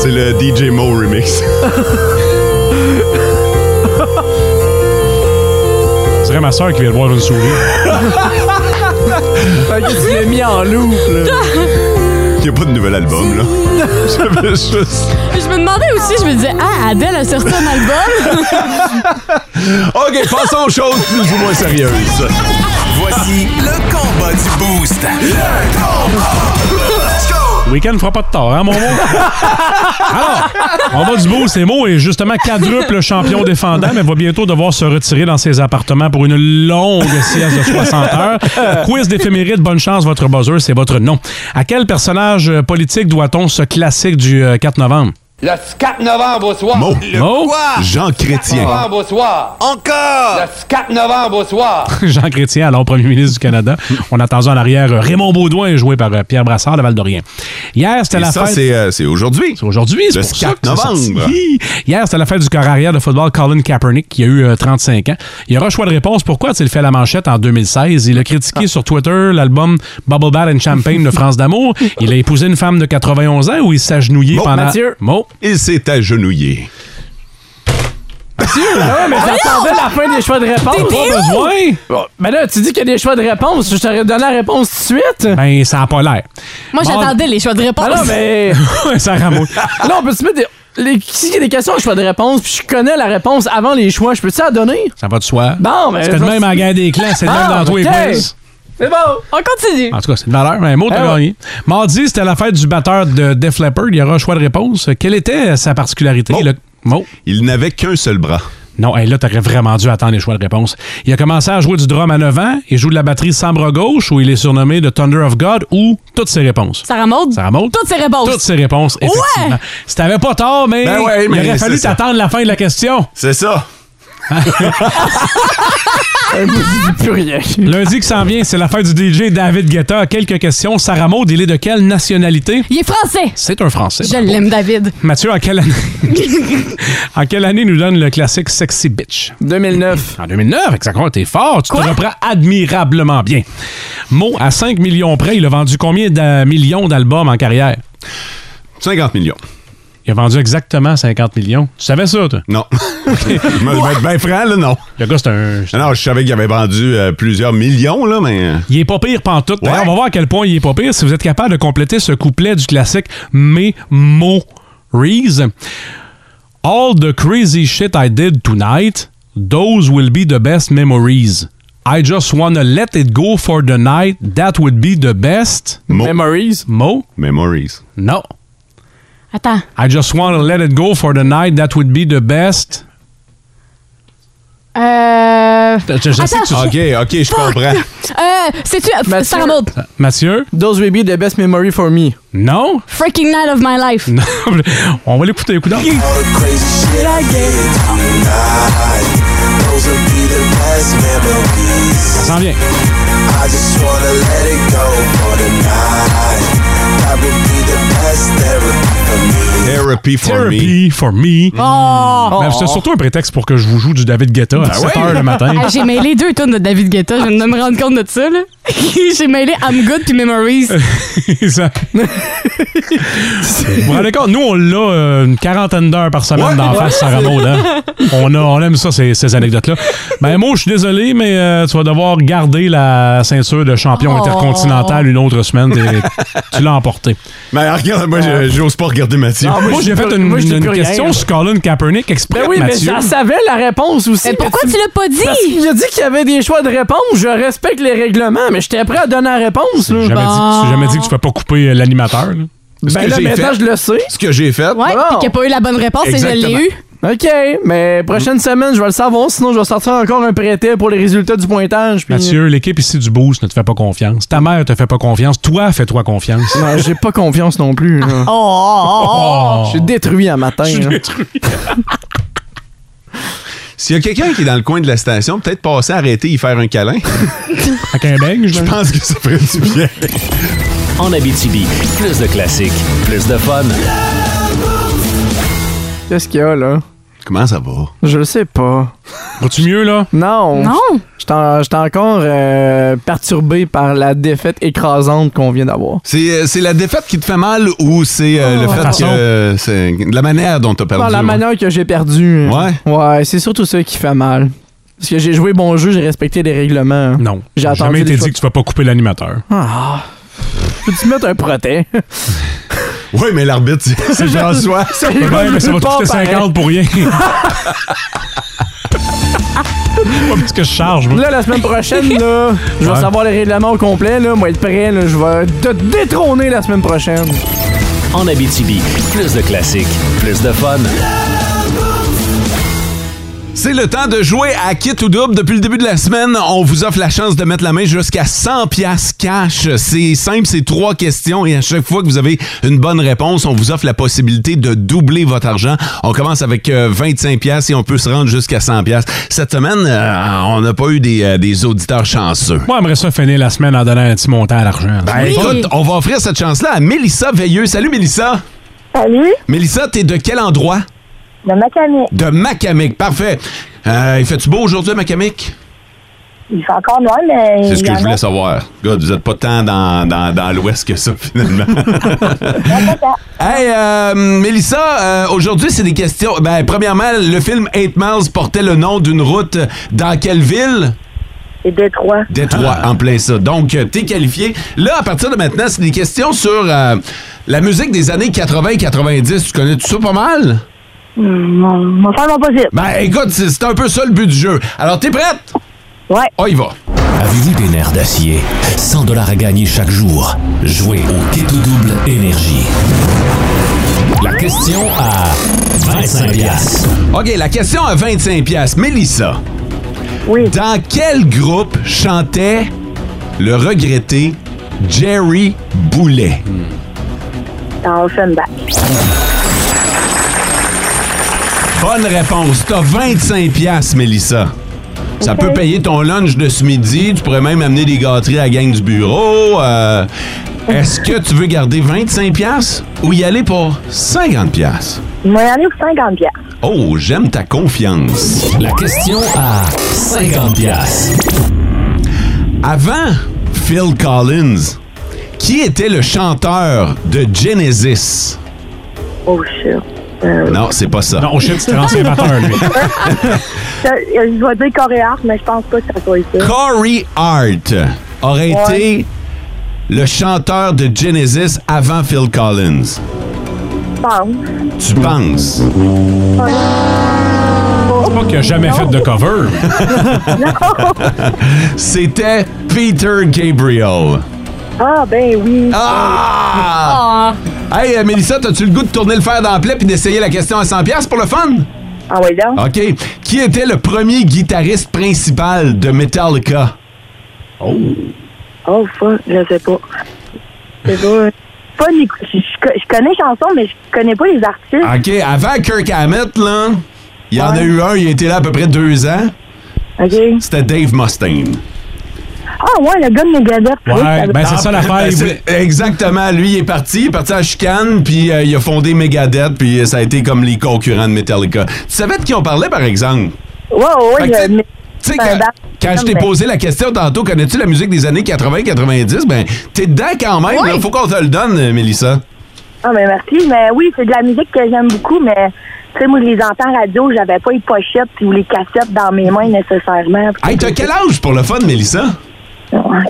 C'est le DJ Mo remix. C'est vrai ma soeur qui vient de voir une souris. fait que tu l'as mis en loup, là. Il n'y a pas de nouvel album, là. J'avais juste. Je me demandais aussi, je me disais, ah, Adèle a sorti un album. OK, passons aux choses plus ou moins sérieuses. Voici le combat du boost. Le Week-end fera pas de tort, hein, mon mot? Alors, on va du beau, c'est mots est justement quadruple champion défendant, mais va bientôt devoir se retirer dans ses appartements pour une longue sieste de 60 heures. Quiz d'éphéméride, bonne chance, votre buzzer, c'est votre nom. À quel personnage euh, politique doit-on ce classique du euh, 4 novembre? Le 4 novembre au soir. Mo. Le Mo. quoi? Jean Chrétien. Le 4 novembre au soir. Encore. Le 4 novembre au soir. Jean Chrétien, alors premier ministre du Canada. On attend en arrière euh, Raymond Baudouin, joué par euh, Pierre Brassard, de Val-d'Orient. Hier, Ah, c'était Et la ça, fête... c'est euh, c'est aujourd'hui. C'est aujourd'hui, c'est Le pour ça 4 que c'est sorti. novembre. Hier, c'était la fête du corps arrière de football Colin Kaepernick, qui a eu euh, 35 ans. Il y aura choix de réponse. Pourquoi a-t-il fait la manchette en 2016? Il a critiqué Ah. sur Twitter l'album Bubble Bath and Champagne de France d'amour. Il a épousé une femme de 91 ans où il s'est agenouillé Bon, pendant... Mathieu. Bon. Il s'est agenouillé. Ah ouais, mais j'attendais la fin des choix de réponse. T'es Pas où? besoin. Bon, Ben là, tu dis qu'il y a des choix de réponse. Je t'aurais donné la réponse tout de suite. Ben, ça n'a pas l'air. Moi, j'attendais les choix de réponse. Ben non, mais. ça ramoute. Là, on peut se mettre des. Les, s'il y a des questions à choix de réponse, puis je connais la réponse avant les choix, je peux-tu la donner? Ça va de soi. Bon, ben, mais. C'est le même à la guerre des clans, c'est le même Ah, dans tous les quiz. C'est bon. On continue. Ah, En tout cas, c'est une valeur. Mais Eh Maud, t'as Ah ouais. gagné. Mardi, c'était la fête du batteur de Def Leppard. Il y aura un choix de réponse. Quelle était sa particularité? Le... Mo? Il n'avait qu'un seul bras. Non, hey, là, t'aurais vraiment dû attendre les choix de réponse. Il a commencé à jouer du drum à 9 ans. Il joue de la batterie sans bras gauche, où il est surnommé The Thunder of God, ou toutes ses réponses. Sarah Maud. Sarah Maud? Toutes ses réponses. Toutes ses réponses, effectivement. Ouais! Si t'avais pas tort, mais, Ben ouais, mais il aurait c'est fallu ça. t'attendre la fin de la question. C'est ça. plus rien. Lundi qui s'en vient, c'est la fête du DJ David Guetta. Quelques questions. Sarah Maud, il est de quelle nationalité? Il est français. C'est un Français. Je l'aime, David. Euh, Mathieu, en quelle année, en quelle année nous donne le classique Sexy Bitch? 2009. En 2009, exactement. T'es fort. Tu te reprends admirablement bien. Mo, à 5 millions près, il a vendu combien de millions d'albums en carrière? 50 millions. Il a vendu exactement 50 millions. Tu savais ça, toi? Non. Je me- je vais être bien franc, là, non. Le gars, c'est un. Non, je savais qu'il avait vendu euh, plusieurs millions, là, mais. euh, Il est pas pire pantoute. D'ailleurs, on va voir à quel point il est pas pire si vous êtes capable de compléter ce couplet du classique Memories. All the crazy shit I did tonight, those will be the best memories. I just wanna let it go for the night, that would be the best memories. Mo? Memories. No. Attends. I just wanna let it go for the night, that would be the best. Euh. Je- je sais Attends, que tu- Ok, ok, je comprends. Euh, c'est-tu Mathieu. euh, Sarah Maud? Mathieu? Those will be the best memory for me. Non? Freaking night of my life. Non. On va l'écouter, écoute. donc. Ça s'en vient. Therapy for me. Therapy for me. Oh! Mais C'est surtout un prétexte pour que je vous joue du David Guetta à Ben 7 ouais. h le matin. Ah, J'ai mêlé deux tonnes de David Guetta, je viens de me rendre compte de ça, là. J'ai mêlé I'm Good puis Memories. Ça- vous vous rendez compte? Nous, on l'a euh, une quarantaine d'heures par semaine Ouais. d'en face, Sarah Maud. hein? On, a, on aime ça, ces, ces anecdotes-là. Ben, moi, je suis désolé, mais euh, tu vas devoir garder la ceinture de champion Oh. intercontinental une autre semaine. T'es- tu l'as emporté. Mais Ben, regarde, moi, je- j'ose pas regarder Mathieu. Ah, moi, Moi, je j'ai dis fait pas- une, moi, je dis une plus rien, question là. sur Colin Kaepernick exprès Ben oui, pour mais Mathieu. je savais la réponse aussi. Mais pourquoi tu l'as pas Parce dit? qu'il a dit qu'il y avait des choix de réponse. Je respecte les règlements, mais j'étais prêt à donner la réponse. J'ai Là. jamais, dit, tu- j'ai jamais dit que tu ne pas couper euh, l'animateur. là. Ce Ben que là, j'ai maintenant, fait. je le sais. Ce que j'ai fait. Ouais, Bon. puis qu'il a pas eu la bonne réponse et je Exactement. l'ai eu. OK, mais prochaine semaine, je vais le savoir. Sinon, je vais sortir encore un prêté pour les résultats du pointage. puis- Mathieu, l'équipe ici du Boost ne te fait pas confiance. Ta mère te fait pas confiance. Toi, fais-toi confiance. Non, j'ai pas confiance non plus. là. Oh, oh, oh, oh. Je suis détruit à matin. là. S'il y a quelqu'un qui est dans le coin de la station, peut-être passer, arrêter, y faire un câlin. À Québec, je Je pense que ça ferait du bien. En Abitibi, plus de classiques, plus de fun. Qu'est-ce qu'il y a là? Comment ça va? Je le sais pas. Vas-tu mieux, là? Non. Non! J'étais en- j'étais encore euh, perturbé par la défaite écrasante qu'on vient d'avoir. C'est euh, c'est la défaite qui te fait mal ou c'est euh, le fait Ah, façon. que euh, c'est de la manière dont t'as perdu? Par la ouais. manière que j'ai perdu. hein. Ouais. Ouais, c'est surtout ça qui fait mal. Parce que j'ai joué bon jeu, j'ai respecté les règlements. hein. Non. J'ai J'ai attendu jamais été les dit choix- que tu vas pas couper l'animateur. Ah. Peux-tu mettre un proté? Oui, mais l'arbitre, c'est c'est François. Ouais, mais ça va te Pas coûter pareil. 50 pour rien. Pas parce que je charge, moi. Là, la semaine prochaine, là, je vais Ouais. savoir les règlements au complet. Là, moi, être prêt, là, je vais te détrôner la semaine prochaine. En Abitibi, plus de classiques, plus de fun. C'est le temps de jouer à Kit ou Double. Depuis le début de la semaine, on vous offre la chance de mettre la main jusqu'à 100 pièces cash. C'est simple, c'est trois questions et à chaque fois que vous avez une bonne réponse, on vous offre la possibilité de doubler votre argent. On commence avec euh, 25 pièces et on peut se rendre jusqu'à 100 pièces. Cette semaine, euh, on n'a pas eu des, euh, des auditeurs chanceux. Moi, j'aimerais ça finir la semaine en donnant un petit montant à l'argent. Ben, Oui. écoute, on va offrir cette chance-là à Mélissa Veilleux. Salut Mélissa. Salut, Mélissa, t'es de quel endroit? le macamé. De Macamic. Parfait. Euh, il fait-tu beau aujourd'hui à Macamic? Il fait encore noir, mais. C'est ce il y que en je a- voulais savoir. God, vous n'êtes pas tant dans, dans, dans l'ouest que ça, finalement. hey, euh, Mélissa, euh, aujourd'hui, c'est des questions. Ben, premièrement, le film 8 Miles portait le nom d'une route dans quelle ville? C'est Détroit. Détroit, en plein ça. Donc, euh, t'es qualifié. Là, à partir de maintenant, c'est des questions sur euh, la musique des années 80-90. Tu connais tout ça pas mal? Hmm, on- on va faire mon possible. Ben, écoute, c'est c'est un peu ça le but du jeu. Alors, t'es prête? Ouais. On y va. Avez-vous des nerfs d'acier? 100 dollars à gagner chaque jour. Jouez au Keto Double Énergie. La question à 25 piastres. OK, la question à 25 pièces. Mélissa. Oui. Dans quel groupe chantait le regretté Jerry Boulet? Dans Offenbach. Bonne réponse. T'as 25 pièces, Mélissa. Ça Ok. peut payer ton lunch de ce midi. Tu pourrais même amener des gâteries à la gang du bureau. Euh, Est-ce que tu veux garder 25$ piastres ou y aller pour 50$? piastres? Moi, y aller pour 50 piastres. Oh, j'aime ta confiance. La question à 50 piastres. Avant Phil Collins, qui était le chanteur de Genesis? Oh, shit. Non, c'est pas ça. Non, oh, shit, c'est transformateur, lui. Ça, euh, Je vais dire coréard, mais je pense pas que ça soit ça. Corey Hart aurait Ouais. été le chanteur de Genesis avant Phil Collins. Je pense. Tu penses? C'est pas qu'il a jamais fait de cover. C'était Peter Gabriel. Ah, ben oui. Ah! Hey, euh, Mélissa, as-tu le goût de tourner le fer dans la plaie puis d'essayer la question à 100$ piastres pour le fun? Ah, oui, donc. OK. Qui était le premier guitariste principal de Metallica? Oh! Oh, fuck, je sais pas. C'est pas. pas Nico- je, je co- je connais les chansons, mais je connais pas les artistes. OK. Avant Kirk Hammett, là, il y en a eu un, il a été là à peu près deux ans. OK. C'était Dave Mustaine. Ah, ouais, le gars de Megadeth. oui, ça- Ben, c'est- Exactement. Lui, il est parti. Il est parti à Chicane, puis euh, il a fondé Megadeth, puis euh, ça a été comme les concurrents de Metallica. Tu savais de qui on parlait, par exemple? Ouais, ouais, Fait que ouais. tu- mais- Tu sais, c'est un quand, band. quand je t'ai Mais- posé la question tantôt, connais-tu la musique des années 80-90? Ben, t'es dedans quand même. Ouais. là. faut qu'on te le donne, euh, Mélissa. Ah, ben merci. Mais oui, c'est de la musique que j'aime beaucoup, mais tu sais, moi, je les entends radio, j'avais pas les pochettes ou les cassettes dans mes mains nécessairement. Hey, t'as quel âge pour le fun, Mélissa?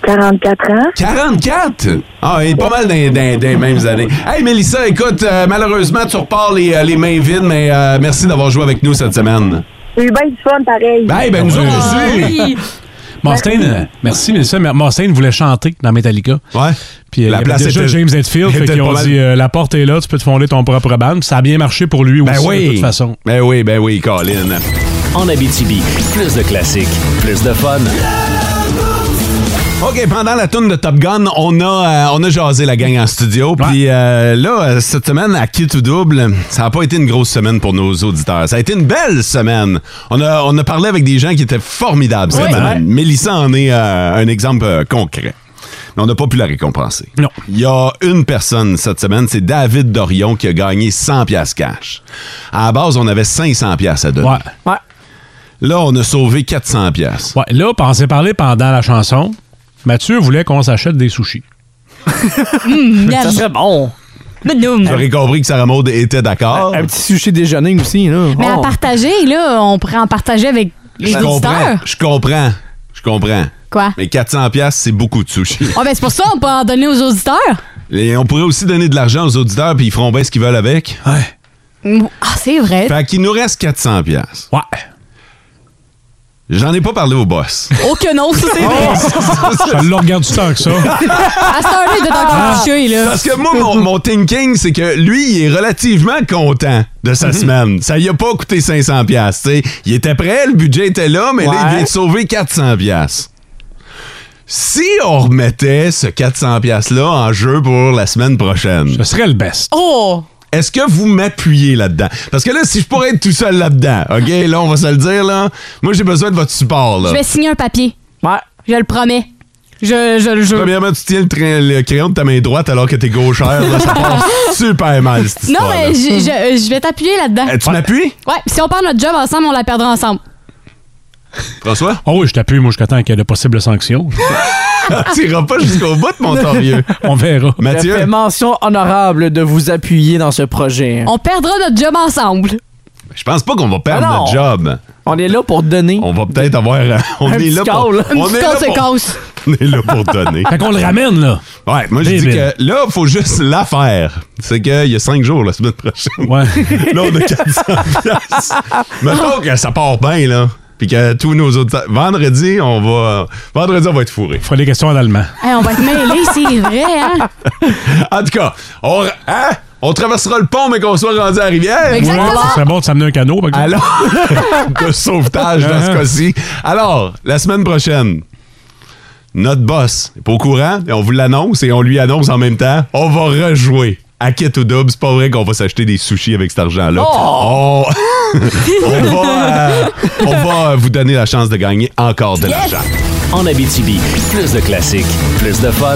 44 ans. 44? Ah, il est pas mal dans, dans- dans les mêmes années. Hey, Mélissa, écoute, euh, malheureusement, tu repars les, euh, les mains vides, mais euh, merci d'avoir joué avec nous cette semaine. J'ai eu bien du fun, pareil. Ben, ben, nous autres aussi. Mustaine, euh, merci, mais ça, mais Mustaine voulait chanter dans Metallica. Ouais. Puis euh, La il y place avait déjà était- James Hetfield, fait était qu'ils pas ont mal- dit euh, la porte est là, tu peux te fonder ton propre band. Puis Ça a bien marché pour lui aussi, de toute façon. Ben oui, ben oui, Colin. En Abitibi, plus de classiques, plus de fun. OK, pendant la tourne de Top Gun, on a, euh, on a jasé la gang en studio. Puis euh, là, euh, cette semaine, à qui tout double, ça n'a pas été une grosse semaine pour nos auditeurs. Ça a été une belle semaine. On a, on a parlé avec des gens qui étaient formidables cette Oui. semaine. Mélissa en est euh, un exemple euh, concret. Mais on n'a pas pu la récompenser. Non. Il y a une personne cette semaine, c'est David Dorion qui a gagné 100 pièces cash. À la base, on avait 500 pièces à donner. Ouais. Là, on a sauvé 400 pièces. Ouais, là, on s'est parlé pendant la chanson. Mathieu voulait qu'on s'achète des sushis. Hmm. ça serait bon. J'aurais compris que Sarah Maud était d'accord. Un petit sushi déjeuner aussi, là. Mais à Oh. partager, là, on pourrait en partager avec les Je comprends. auditeurs. Je comprends. Je comprends. Quoi? Mais 400 pièces, c'est beaucoup de sushi. Ah, ben c'est pour ça on peut en donner aux auditeurs. Et on pourrait aussi donner de l'argent aux auditeurs puis ils feront bien ce qu'ils veulent avec. Ouais. Ah, c'est vrai. Fait qu'il nous reste 400 pièces. Ouais. J'en ai pas parlé au boss. Oh que non, ça c'est vrai. Je le regarde du temps que ça. À cette heure-là, il doit Ah. Ah. encore couché, là. Parce que moi, mon, mon thinking, c'est que lui, il est relativement content de Mhm. sa semaine. Ça lui a pas coûté 500 pièces. Il était prêt, le budget était là, mais là, il Ouais. vient de sauver 400 pièces. Si on remettait ce 400 pièces là en jeu pour la semaine prochaine, ce serait le best. Oh! Est-ce que vous m'appuyez là-dedans? Parce que là, si je pourrais être tout seul là-dedans, OK, là, on va se le dire, là. Moi, j'ai besoin de votre support, là. Je vais signer un papier. Ouais. Je le promets. Je, je le jure. Premièrement, tu tiens le, tra- le crayon de ta main droite alors que t'es gauchère, là, ça passe super mal, cette Non, histoire mais je, je- je vais t'appuyer là-dedans. Eh, tu m'appuies? Ouais, si on perd notre job ensemble, on la perdra ensemble. François? Ah oui, je t'appuie, moi, jusqu'à temps qu'il y ait de possibles sanctions. tu iras pas jusqu'au bout, mon torieux. On verra. Je fais mention honorable de vous appuyer dans ce projet. On perdra notre job ensemble. Je pense pas qu'on va perdre Ah non. notre job. On est là pour donner. On va peut-être avoir... euh, On Un est petit là pour... call. On est là pour- On est là pour donner. Fait qu'on le ramène, là. Ouais, moi je dis Débile. que là, il faut juste la faire. C'est qu'il y a cinq jours la semaine prochaine. Ouais. là, on a 400 piastres. Mettons que ça part bien, là. Puis que tous nos autres. Vendredi, on va. Vendredi, on va être fourré. Fera des questions en allemand. Hey, on va être mêlés, c'est vrai, hein? En tout cas, on, hein? on traversera le pont, mais qu'on soit rendu à la rivière. Ouais, ça serait bon de s'amener un canot. par exemple. Alors, de sauvetage dans ce Uh-huh. cas-ci. Alors, la semaine prochaine, notre boss n'est pas au courant, et on vous l'annonce et on lui annonce en même temps, on va rejouer à quête ou double, c'est pas vrai qu'on va s'acheter des sushis avec cet argent-là. Oh! On- on va, euh, on va, euh, vous donner la chance de gagner encore de Yes! l'argent. En Abitibi, plus de classiques, plus de fun.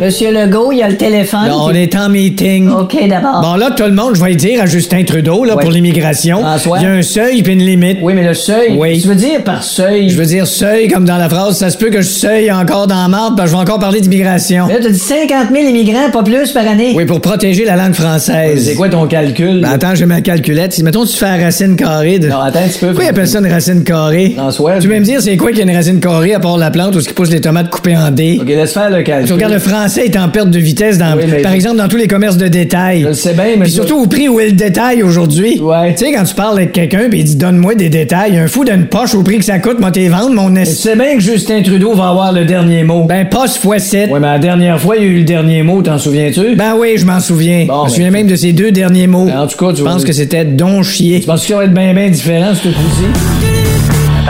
Monsieur Legault, il y a le téléphone. on est en meeting. OK, d'abord. Bon, là, tout le monde, je vais le dire à Justin Trudeau, là, pour l'immigration. Il y a un seuil puis une limite. Oui, mais le seuil. Oui. Tu veux dire par seuil? Je veux dire seuil, comme dans la phrase, ça se peut que je seuille encore dans la marde, parce que je vais encore parler d'immigration. Là, t'as dit 50 000 immigrants, pas plus par année. Oui, pour protéger la langue française. C'est quoi ton calcul? attends, j'ai ma calculette. Si, mettons, tu fais la racine carrée de. Non, attends un petit peu. Pourquoi ils appellent ça une racine carrée? François. Tu veux me dire, c'est quoi qu'il y a une racine carrée à part la plante ou ce qui pousse les tomates coupées en dés? OK, laisse faire le calcul. Tu regardes le français est en perte de vitesse, dans, par exemple, dans tous les commerces de détail. Je le sais bien, mais. Puis surtout au prix où est le détail aujourd'hui. Ouais. Tu sais, quand tu parles avec quelqu'un puis il dit donne-moi des détails, un fou d'une poche au prix que ça coûte, moi t'es vendre, mon Tu sais bien que Justin Trudeau va avoir le dernier mot. Ben, poche fois 7. Ouais, mais la dernière fois, il y a eu le dernier mot, t'en souviens-tu? Ben oui, je m'en souviens. je me souviens même de ces deux derniers mots. en tout cas, tu Je pense que c'était don chier. Tu penses qu'il va être bien, bien différent, ce que tu dis?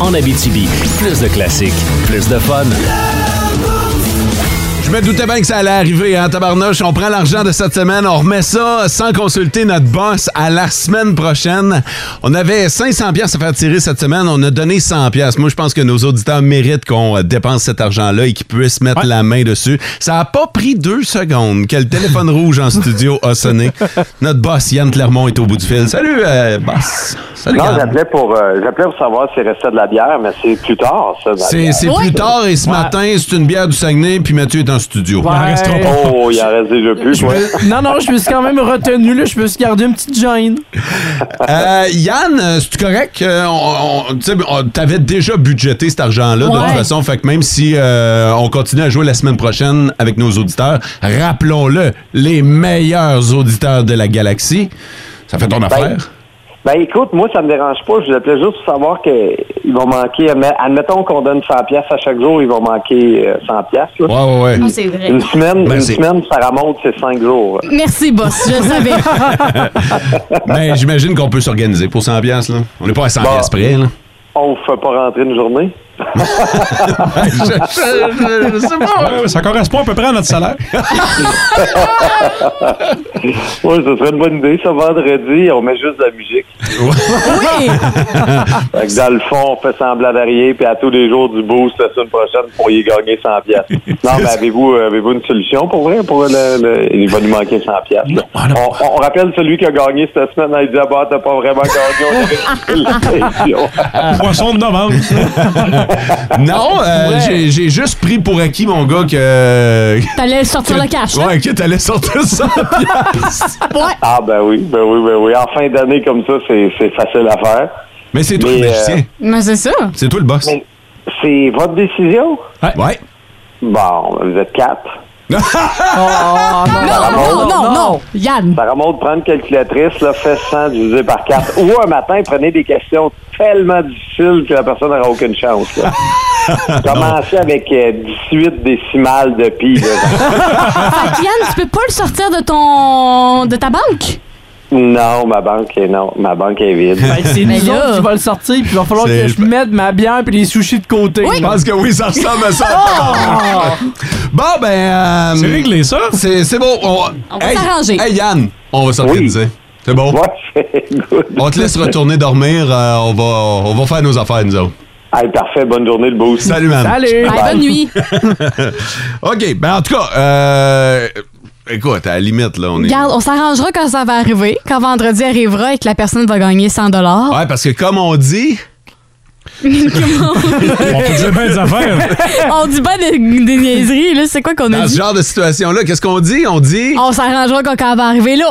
En Abitibi, plus de classiques, plus de fun. Je me doutais bien que ça allait arriver, hein, tabarnouche. On prend l'argent de cette semaine, on remet ça sans consulter notre boss à la semaine prochaine. On avait 500 pièces à faire tirer cette semaine, on a donné 100 pièces. Moi, je pense que nos auditeurs méritent qu'on euh, dépense cet argent-là et qu'ils puissent mettre la main dessus. Ça a pas pris deux secondes que le téléphone rouge en studio a sonné. Notre boss, Yann Clermont, est au bout du fil. Salut, euh, boss. Salut, Non, Yann. j'appelais pour, euh, j'appelais pour savoir s'il restait de la bière, mais c'est plus tard, ça. de la C'est bière. c'est plus tard et ce matin, c'est une bière du Saguenay, puis Mathieu est en studio. Il en restera pas. Oh, il en reste déjà plus, ouais. non, non, je me suis quand même retenu, là. Je me suis gardé une petite gêne. Euh, Yann, euh, c'est correct. Euh, on- on- tu sais, on- T'avais déjà budgété cet argent-là de Ouais. toute façon. Fait que même si euh, on continue à jouer la semaine prochaine avec nos auditeurs, rappelons-le, les meilleurs auditeurs de la galaxie. Ça fait ton affaire. Ben écoute, moi, ça me dérange pas. Je l'appelais juste pour savoir qu'ils vont manquer. admet- Admettons qu'on donne 100 pièces à chaque jour, ils vont manquer euh, 100 pièces. Ouais, ouais, ouais. Ah, c'est vrai. Une semaine, Ben, une c'est- semaine, ça remonte, c'est 5 jours. Merci, boss. Je le savais. Mais Ben, j'imagine qu'on peut s'organiser pour 100 piastres, là. On n'est pas à 100 Bon. piastres près, là. On vous fait pas rentrer une journée. Ouais, Ça correspond à peu près à notre salaire. oui, ce serait une bonne idée. Ça, vendredi, on met juste de la musique. Oui! Fait que dans le fond, on fait semblant de rien, puis à tous les jours du boost, la semaine prochaine, vous pourriez gagner 100 pièces. Non, mais avez-vous avez une solution pour vrai? Pour le, le- il va nous manquer 100 pièces. On, on rappelle celui qui a gagné cette semaine, il dit, ah, bah, t'as pas vraiment gagné. Poisson de novembre. Non, euh, Ouais. j'ai- j'ai juste pris pour acquis, mon gars, que... T'allais sortir le cash. hein? là. Ouais, que t'allais sortir 100 piastres. Ouais. Ah, ben oui, ben oui, ben oui. En fin d'année comme ça, c'est c'est facile à faire. Mais c'est toi le magicien. Mais c'est ça. C'est toi le boss. C'est votre décision? Ouais. Bon, vous êtes quatre. Oh, non, non, non, non. Yann. Ça remonte, prendre une calculatrice, là, fait 100 divisé par 4. Ou un matin, prenez des questions tellement difficiles que la personne n'aura aucune chance. là. Commencez avec euh, 18 décimales de pi. là. Fait que Yann, Ah, tu peux pas le sortir de ton. de ta banque? non, ma banque est non. Ma banque est vide. Ben, c'est nous autres qui va le sortir, puis il va falloir C'est- que je mette ma bière puis les sushis de côté. Ah! Je pense que oui, ça ressemble à ça. Bon, ben. c'est réglé, ça. C'est, c'est bon. On, va s'arranger. Hey, Yann, on va s'organiser. C'est bon? On te laisse retourner dormir. euh, on, va, on va faire nos affaires, nous autres. Hey, parfait. Bonne journée, le beau. Salut, man. Bye, bonne nuit. OK. Ben, en tout cas, euh, écoute, à la limite, là, on est. Regarde, on s'arrangera quand ça va arriver, quand vendredi arrivera et que la personne va gagner 100 dollars. Ouais, parce que comme on dit. on peut dire bien des affaires. on dit pas des, des niaiseries, là. C'est quoi qu'on a Dans ce dit? genre de situation-là, qu'est-ce qu'on dit? On dit. On s'arrangera quand ça va arriver là.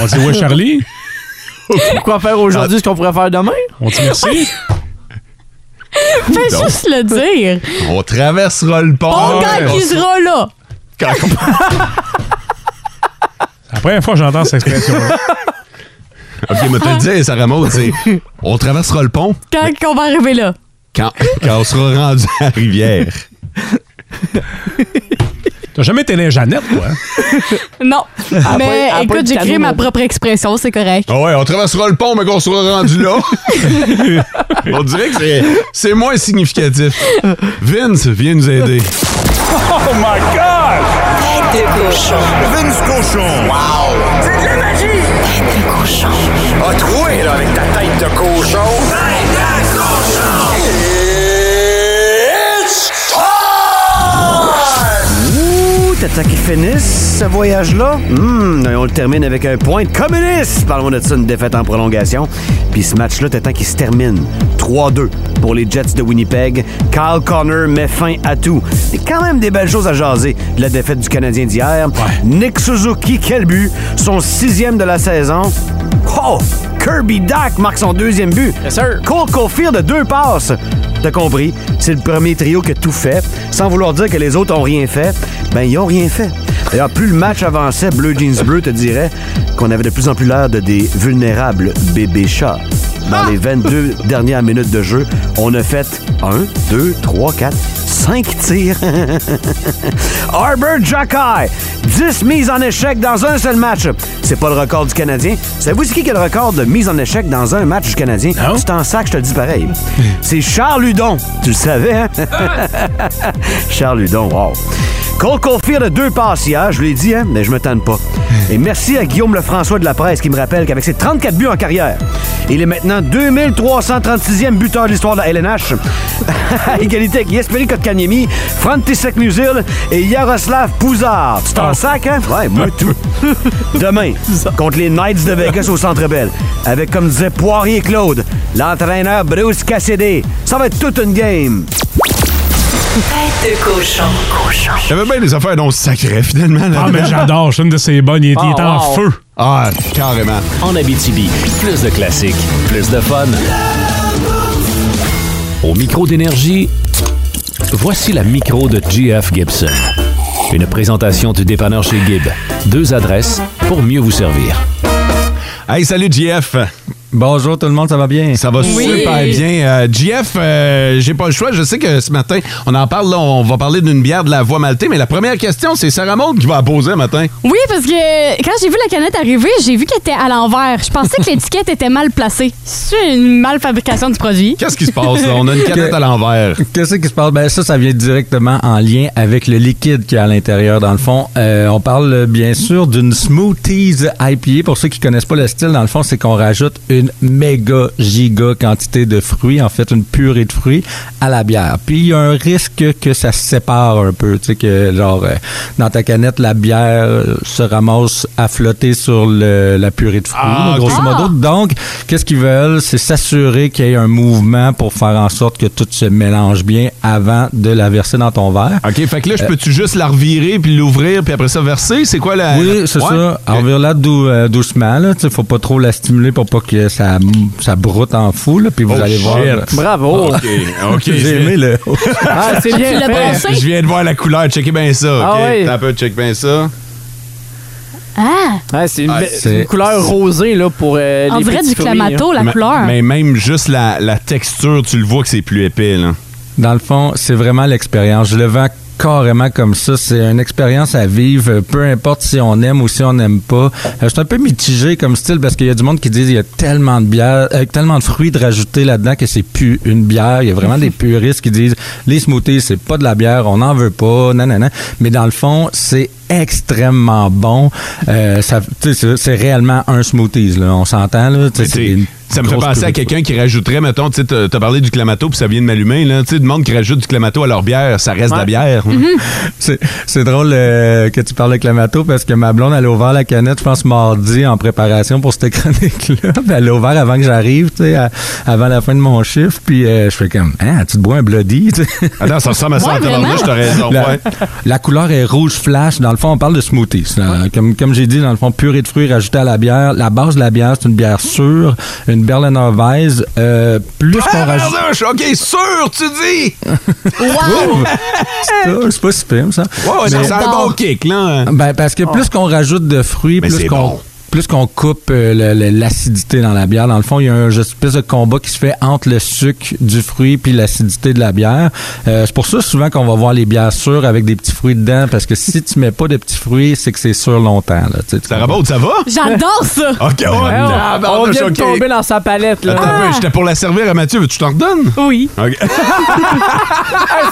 On dit, ouais, Charlie. Quoi faire Ah. aujourd'hui, ce qu'on pourrait faire demain? On dit merci. Fais Donc. juste le dire. On traversera le pont. On Ah Ouais, gagne on qui se- sera là. Quand on- La première fois que j'entends cette expression. OK, mais te le dire, Sarah Maud, c'est. On traversera le pont Quand qu'on va arriver là. quand, quand on sera rendu à la rivière. T'as jamais été là, Jeannette, toi? hein? Non. Ah, mais pas- ah, pas écoute, de j'ai créé canot, ma non. propre expression, c'est correct. Ah ouais, on traversera le pont, mais qu'on sera rendu là. on dirait que c'est- c'est moins significatif. Vince, viens nous aider. Oh my God! Tête de cochon. Vince cochon. Wow! C'est de la magie! Tête de cochon. A troué, là, avec ta tête de cochon. Tête de cochon! It's Ouh, tata qui finisse ce voyage-là. Hum, et on le termine avec un point de communiste. Parlons de ça, une défaite en prolongation. Puis ce match-là, t'attends qu'il se termine. 3-2 pour les Jets de Winnipeg. Kyle Connor met fin à tout. C'est quand même des belles choses à jaser de la défaite du Canadien d'hier. Nick Suzuki, quel but. Son sixième de la saison. Oh! Kirby Dak marque son deuxième but. Cole Caulfield de deux passes. T'as compris, c'est le premier trio qui a tout fait. Sans vouloir dire que les autres ont rien fait, ben ils ont rien fait. D'ailleurs, plus le match avançait, Bleu Jeans Bleu te dirait qu'on avait de plus en plus l'air de des vulnérables bébés chats. Dans les 22 dernières minutes de jeu, on a fait 1, 2, 3, 4, 5 tirs. Arbor Jacky, 10 mises en échec dans un seul match. C'est pas le record du Canadien. Savez-vous c'est qui qui a le record de mise en échec dans un match du Canadien? Tu t'en sac, je te le dis pareil. C'est Charles Hudon. Tu le savais, hein? Charles Hudon, wow. Cole Caulfield a deux passes hier, je l'ai dit, hein, mais je me tanne pas. Et merci à Guillaume Lefrançois de la presse qui me rappelle qu'avec ses 34 buts en carrière, il est maintenant 2336e buteur de l'histoire de la LNH. À Égalité avec Jesperi Kotkaniemi, Frantisek Musil et Yaroslav Pouzard. Tu t'en sac, hein? Ouais, moi tout. Demain, contre les Knights de Vegas au Centre Bell, avec, comme disait Poirier Claude, l'entraîneur Bruce Cassidy. Ça va être toute une game. Tête de cochon. Cochon. Il y avait bien des affaires dont on se sacrait, finalement. là. Ah, mais j'adore, c'est une de ses bonnes. Il est, il est en wow. feu. Ah, carrément. Ah, En Abitibi, plus de classiques, plus de fun. Au micro d'énergie, voici la micro de GF Gibson. Une présentation du dépanneur chez Gibb. Deux adresses pour mieux vous servir. Hey, salut GF. Bonjour tout le monde, ça va bien? Mm. Ça va Oui. super bien. Euh, GF, euh, j'ai pas le choix. Je sais que ce matin, on en parle, là, on va parler d'une bière de la voie maltée, mais la première question, c'est Sarah Maud qui va la poser matin. Oui, parce que quand j'ai vu la canette arriver, j'ai vu qu'elle était à l'envers. Je pensais que l'étiquette était mal placée. C'est une malfabrication du produit. Qu'est-ce qui se passe, là? On a une canette à l'envers. Qu'est-ce qui se passe? Ben, ça, ça vient directement en lien avec le liquide qui est à l'intérieur, dans le fond. Euh, on parle euh, bien sûr d'une smoothies IPA. Pour ceux qui connaissent pas le style, dans le fond, c'est qu'on rajoute une méga giga quantité de fruits, en fait, une purée de fruits à la bière. Puis il y a un risque que ça se sépare un peu. Tu sais, que genre, euh, dans ta canette, la bière euh, se ramasse à flotter sur le- la purée de fruits, Ah, là, grosso ok. modo. Ah. Donc, qu'est-ce qu'ils veulent? C'est s'assurer qu'il y ait un mouvement pour faire en sorte que tout se mélange bien avant de la verser dans ton verre. OK, fait que là, je Euh, peux-tu juste la revirer, puis l'ouvrir, puis après ça verser? C'est quoi la... Euh, Oui, c'est Ouais? ça. En la dou- euh, doucement. Là, Tu sais, faut pas trop la stimuler pour pas que ça, ça broute en fou. Là, puis vous Oh, allez voir. shit. là. Bravo. OK, OK. J'ai aimé le... Ah, c'est bien Tu l'as fait. pensé? Je viens de voir la couleur. Checkez bien ça, OK? Ah ouais. T'as un peu, check bien ça. Ah! Ouais, c'est une, Ah, be- c'est- une couleur rosée là, pour euh, On les dirait petits du fruits, clamato, hein. la mais, couleur. Mais même juste la, la texture, tu le vois que c'est plus épais, là. Dans le fond, c'est vraiment l'expérience. Je le vends carrément comme ça. C'est une expérience à vivre, euh, peu importe si on aime ou si on n'aime pas. Euh, je suis un peu mitigé comme style parce qu'il y a du monde qui dit il y a tellement de bière, euh, tellement de fruits de rajouter là-dedans que c'est plus une bière. Il y a vraiment des puristes qui disent les smoothies, c'est pas de la bière, on n'en veut pas, nanana. Mais dans le fond, c'est extrêmement bon. Euh, ça- tu sais, c'est c'est réellement un smoothies, là. On s'entend, là. Tu sais, c'est une Ça me fait grosse penser à purée. quelqu'un qui rajouterait, mettons, tu sais, t'as t'as parlé du clamato, puis ça vient de m'allumer, là. Tu sais, du monde qui rajoute du clamato à leur bière, ça reste de la bière. C'est- C'est drôle euh, que tu parles de Clamato parce que ma blonde, elle a ouvert la canette, je pense, mardi en préparation pour cette chronique-là. Puis Elle l'a ouvert avant que j'arrive, tu sais, à- avant la fin de mon chiffre. Puis euh, je fais comme, ah, tu te bois un bloody, tu sais. Attends, Ah ça ressemble à ça en Ouais, tabarnouche, vraiment. t'as raison, La, ouais. la couleur est rouge flash. Dans le fond, on parle de smoothies. là. Comme, comme j'ai dit, dans le fond, purée de fruits rajoutée à la bière. La base de la bière, c'est une bière sûre, une Berliner Weiss. Euh, plus qu'on rajoute... Tabarnouche, OK, sûr, tu dis! Wow! C'est pas si pire, ça. Ouais, ouais, Mais- c'est un bon kick, là. hein. Ah. Ben, parce que plus qu'on rajoute de fruits, Mais plus c'est qu'on bon. plus qu'on coupe euh, le- le- l'acidité dans la bière, dans le fond, il y a un espèce de combat qui se fait entre le sucre du fruit puis l'acidité de la bière. Euh, c'est pour ça souvent qu'on va voir les bières sûres avec des petits fruits dedans, parce que si tu mets pas de petits fruits, c'est que c'est sûr longtemps. Là, ça rabote, ça va? J'adore ça! OK, on- Ah, ben, on on a vient de choqué. tomber dans sa palette. Là. Attends un peu, j'étais pour la servir à Mathieu, veux-tu que je t'en redonne? Oui. Ah,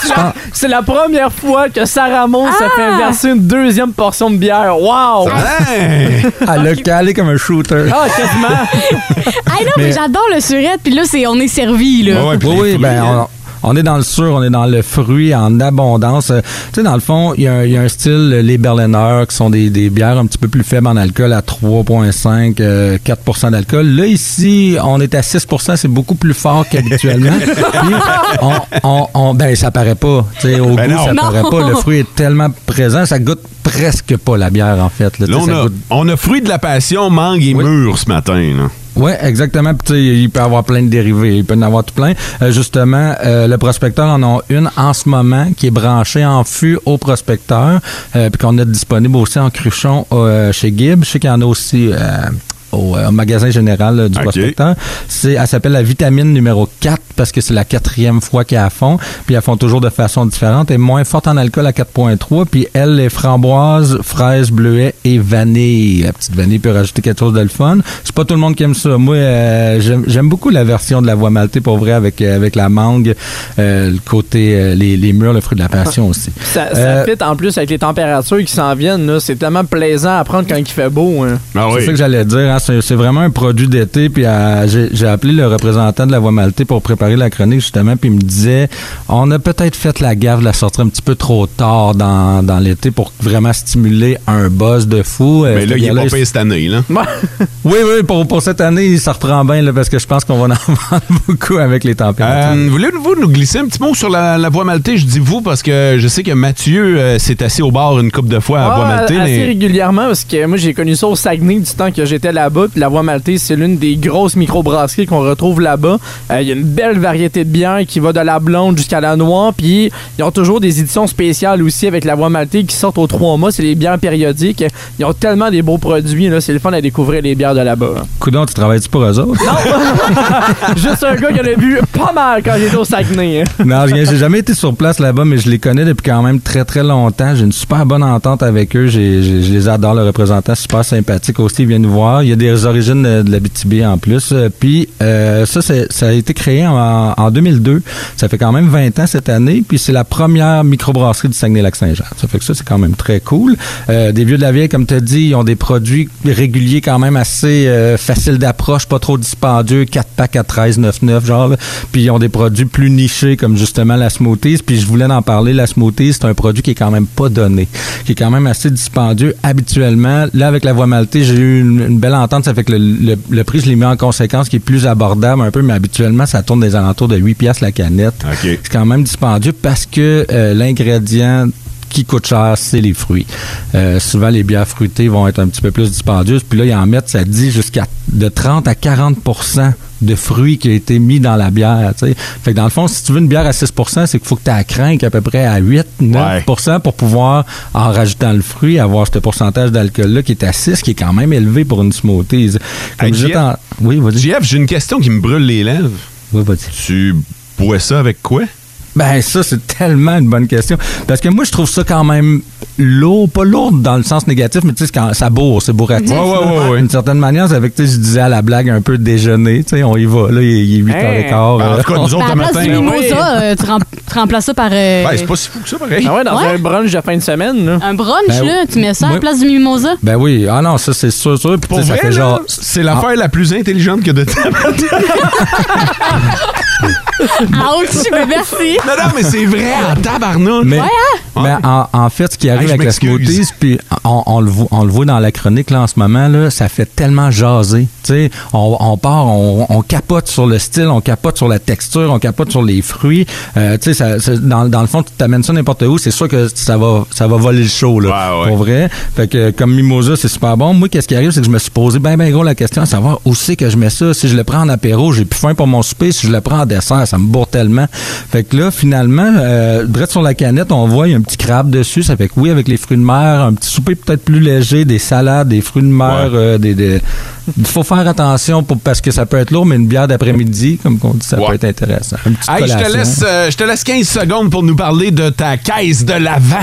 c'est la- C'est la première fois que Sarah Maud Ah! se fait verser une deuxième portion de bière. Wow! Ah, Elle l'a calé comme un shooter. Oh, Ah, quasiment! Ah non, mais, Mais- j'adore le surette, puis là, c'est, on est servi, là. Oui, oui, ben, euh. on, on est dans le sûr, on est dans le fruit en abondance. Euh, tu sais, dans le fond, il y, a un- il y a un style, euh, les Berliner, qui sont des, des bières un petit peu plus faibles en alcool, à 3,5, euh, 4 d'alcool. Là, ici, on est à 6 c'est beaucoup plus fort qu'habituellement. Puis, on, on- on- ben, ça paraît pas. Tu sais, au Ben goût, non. ça paraît Non. pas. Le fruit est tellement présent, ça goûte presque pas la bière, en fait. là. Tu Là, sais, on ça a, goûte on a fruit de la passion, mangue et mûre ce matin. là. oui, exactement. Puis, tu sais, il peut y avoir plein de dérivés. Il peut y en avoir tout plein. Euh, justement, euh, le prospecteur en a une en ce moment qui est branchée en fût au prospecteur, euh, puis qu'on a disponible aussi en cruchon euh, chez Gibb. Je sais qu'il y en a aussi euh, au, euh, au magasin général euh, du prospecteur. C'est, elle s'appelle la vitamine numéro 4 parce que c'est la quatrième fois qu'elle la font. Puis, elles font toujours de façon différente. Elle est moins forte en alcool à 4.3. Puis, elle, les framboises, fraises, bleuets et vanille. La petite vanille peut rajouter quelque chose de le fun. C'est pas tout le monde qui aime ça. Moi, euh, j'aime j'aime beaucoup la version de la voix maltée pour vrai avec, euh, avec la mangue, euh, le côté, euh, les, les murs, le fruit de la passion aussi. Ah. Ça, ça Euh, fit en plus avec les températures qui s'en viennent. là. C'est tellement plaisant à prendre quand il fait beau. hein. Ah C'est ça que j'allais dire. hein. C'est c'est vraiment un produit d'été. Puis euh, j'ai j'ai appelé le représentant de la Voix Maltée pour préparer la chronique, justement. Puis il me disait on a peut-être fait la gaffe de la sortir un petit peu trop tard dans, dans l'été pour vraiment stimuler un buzz de fou. Euh, Mais ce là, il est gars-là, pas payé cette année. Là. Oui, oui, pour, pour cette année, ça reprend bien là, parce que je pense qu'on va en vendre beaucoup avec les températures. Euh, Voulez-vous nous glisser un petit mot sur la, la voie maltaise? Je dis vous parce que je sais que Mathieu euh, s'est assis au bar une coupe de fois à la voie Ah, maltaise. assez mais- régulièrement parce que moi j'ai connu ça au Saguenay du temps que j'étais là-bas puis la voie maltaise c'est l'une des grosses microbrasseries qu'on retrouve là-bas Euh, il y a une belle variété de bières qui va de la blonde jusqu'à la noire puis ils ont toujours des éditions spéciales aussi avec la voie maltaise qui sortent aux trois mois c'est les bières périodiques ils ont tellement des beaux produits là c'est le fun à découvrir les bières de là-bas là. Coudon, tu travailles-tu pour eux autres? juste un gars qui en a bu pas mal quand j'étais au Saguenay hein. non, j'ai j'ai jamais été sur place là-bas, mais je les connais depuis quand même très très longtemps. J'ai une super bonne entente avec eux. J'ai- j'ai- je les adore, le représentant super sympathique aussi. Il vient nous voir. Il y a des origines euh, de la BTB en plus. Euh, Puis euh, ça, c'est- ça a été créé en, en 2002. Ça fait quand même 20 ans cette année. Puis c'est la première microbrasserie du Saguenay-Lac-Saint-Jean. Ça fait que ça, c'est quand même très cool. Euh, des vieux de la vieille, comme tu as dit, ils ont des produits réguliers quand même assez euh, faciles d'approche, pas trop dispendieux, 4 packs à 13,99 genre. là. Puis ils ont des produits plus nichés comme justement la smoothies. Puis je voulais en parler, la smoothies, c'est un produit qui est quand même pas donné, qui est quand même assez dispendieux habituellement. Là, avec la voie maltée, j'ai eu une, une belle entente. Ça fait que le, le- le prix, je l'ai mis en conséquence, qui est plus abordable un peu, mais habituellement, ça tourne des alentours de 8 piastres la canette. C'est quand même dispendieux parce que euh, l'ingrédient qui coûte cher, c'est les fruits. Euh, souvent, les bières fruitées vont être un petit peu plus dispendieuses. Puis là, ils en mettent, ça dit, jusqu'à de 30 à 40 de fruits qui a été mis dans la bière. tu sais. Fait que dans le fond, si tu veux une bière à 6 c'est qu'il faut que tu la craignes à peu près à 8 9 pour pouvoir, en rajoutant le fruit, avoir ce pourcentage d'alcool-là qui est à 6, qui est quand même élevé pour une smoothies. Comme Hey, je disais JF, tant- Oui, vas-y. JF, j'ai une question qui me brûle les lèvres. Tu bois ça avec quoi? Ben ça, c'est tellement une bonne question. Parce que moi, je trouve ça quand même lourd, pas lourd dans le sens négatif, mais tu sais, c'est quand- ça bourre, c'est bourratif. Ouais, ouais, là. ouais, ouais. D'une certaine manière, c'est avec, tu sais, je disais à la blague un peu déjeuner, tu sais, on y va, là, il est- il est 8 h Hey. 15 Ben, en tout cas, nous Ben, à la place du mimosa, euh, tu, rem- tu remplaces ça par. euh, Ben, fou que ça, pareil. Ah ouais, dans Ouais. un brunch de fin de semaine. Là. Un brunch, Ben, là, tu mets ça à oui. la place du mimosa. Ben oui, ah non, ça c'est sûr, sûr. Puis, tu Pour sais, ça vrai, fait là, genre. c'est l'affaire la plus intelligente que de Ouch, mais merci. Non, non, mais c'est vrai, en tabarnouche. Mais, Ouais, hein? mais Ben, en, en fait, ce qui arrive Ah! Hey, je avec la m'excuse. smoothies, puis on, on le voit, on le voit dans la chronique là, en ce moment, là, ça fait tellement jaser. Tu sais, on, on part, on, on capote sur le style, on capote sur la texture, on capote sur les fruits. Euh, tu sais, ça- ça- dans, dans le fond, tu t'amènes ça n'importe où, c'est sûr que ça va, ça va voler le show, là, pour vrai. Fait que comme Mimosa, c'est super bon. Moi, qu'est-ce qui arrive, c'est que je me suis posé ben, ben gros la question à savoir où c'est que je mets ça. Si je le prends en apéro, j'ai plus faim pour mon souper. Si je le prends en dessert, ça me bourre tellement. Fait que là, finalement, euh, direct sur la canette, on voit, il y a un petit crabe dessus. Ça fait que oui, avec les fruits de mer, un petit souper peut-être plus léger, des salades, des fruits de mer, euh, des, des- Il faut faire attention pour, parce que ça peut être lourd, mais une bière d'après-midi, comme on dit, ça peut être intéressant. Une petite Hey, je, te collation. laisse, euh, je te laisse 15 secondes pour nous parler de ta caisse de l'avant.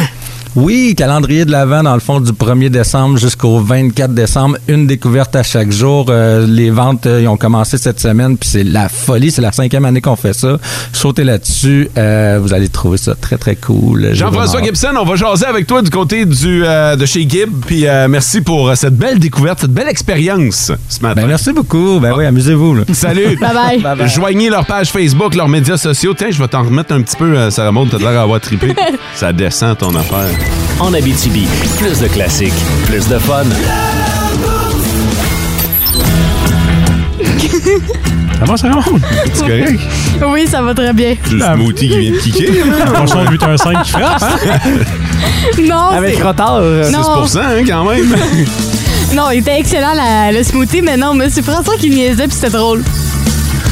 Oui, calendrier de l'Avent, dans le fond, du 1er décembre jusqu'au 24 décembre. Une découverte à chaque jour. Euh, les ventes euh, ils ont commencé cette semaine, puis c'est la folie. C'est la cinquième année qu'on fait ça. Sautez là-dessus. Euh, vous allez trouver ça très, très cool. J'ai Jean-François vraiment hâte. Gibson, on va jaser avec toi du côté du, euh, de chez Gibb. Puis euh, merci pour euh, cette belle découverte, cette belle expérience ce matin. merci beaucoup. Ben oui, amusez-vous. Salut. Bye-bye. Bye-bye. Joignez leur page Facebook, leurs médias sociaux. Tiens, je vais t'en remettre un petit peu, euh, Sarah Maud, t'as l'air d'avoir trippé. Ça descend ton affaire. En Abitibi, plus de classiques, plus de fun. Comment ça remonte? C'est correct? Oui, ça va très bien. Du smoothie qui vient de kicker. On son 8h05 qui frappe, hein? Non, Avec c'est- retard. euh, Non. hein, quand même. Non, il était excellent la- le smoothie, mais non, mais c'est François qui niaisait puis c'était drôle.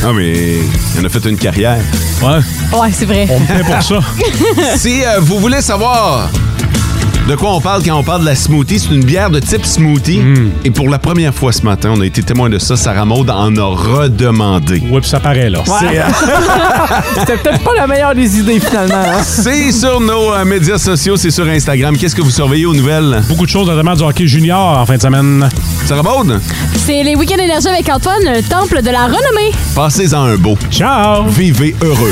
Ah, mais on a fait une carrière. Ouais. Ouais, c'est vrai. si euh, vous voulez savoir de quoi on parle quand on parle de la smoothie, c'est une bière de type smoothie. Hmm. Et pour la première fois ce matin, on a été témoin de ça. Sarah Maud en a redemandé. Ouais, puis ça paraît, là. ouais. euh, C'était peut-être pas la meilleure des idées, finalement. hein. C'est sur nos euh, médias sociaux, c'est sur Instagram. Qu'est-ce que vous surveillez aux nouvelles? Beaucoup de choses, notamment du hockey junior en fin de semaine. Sarah Maud, C'est les week-ends énergie avec Antoine, le temple de la renommée. passez-en un beau. Ciao! Vivez heureux.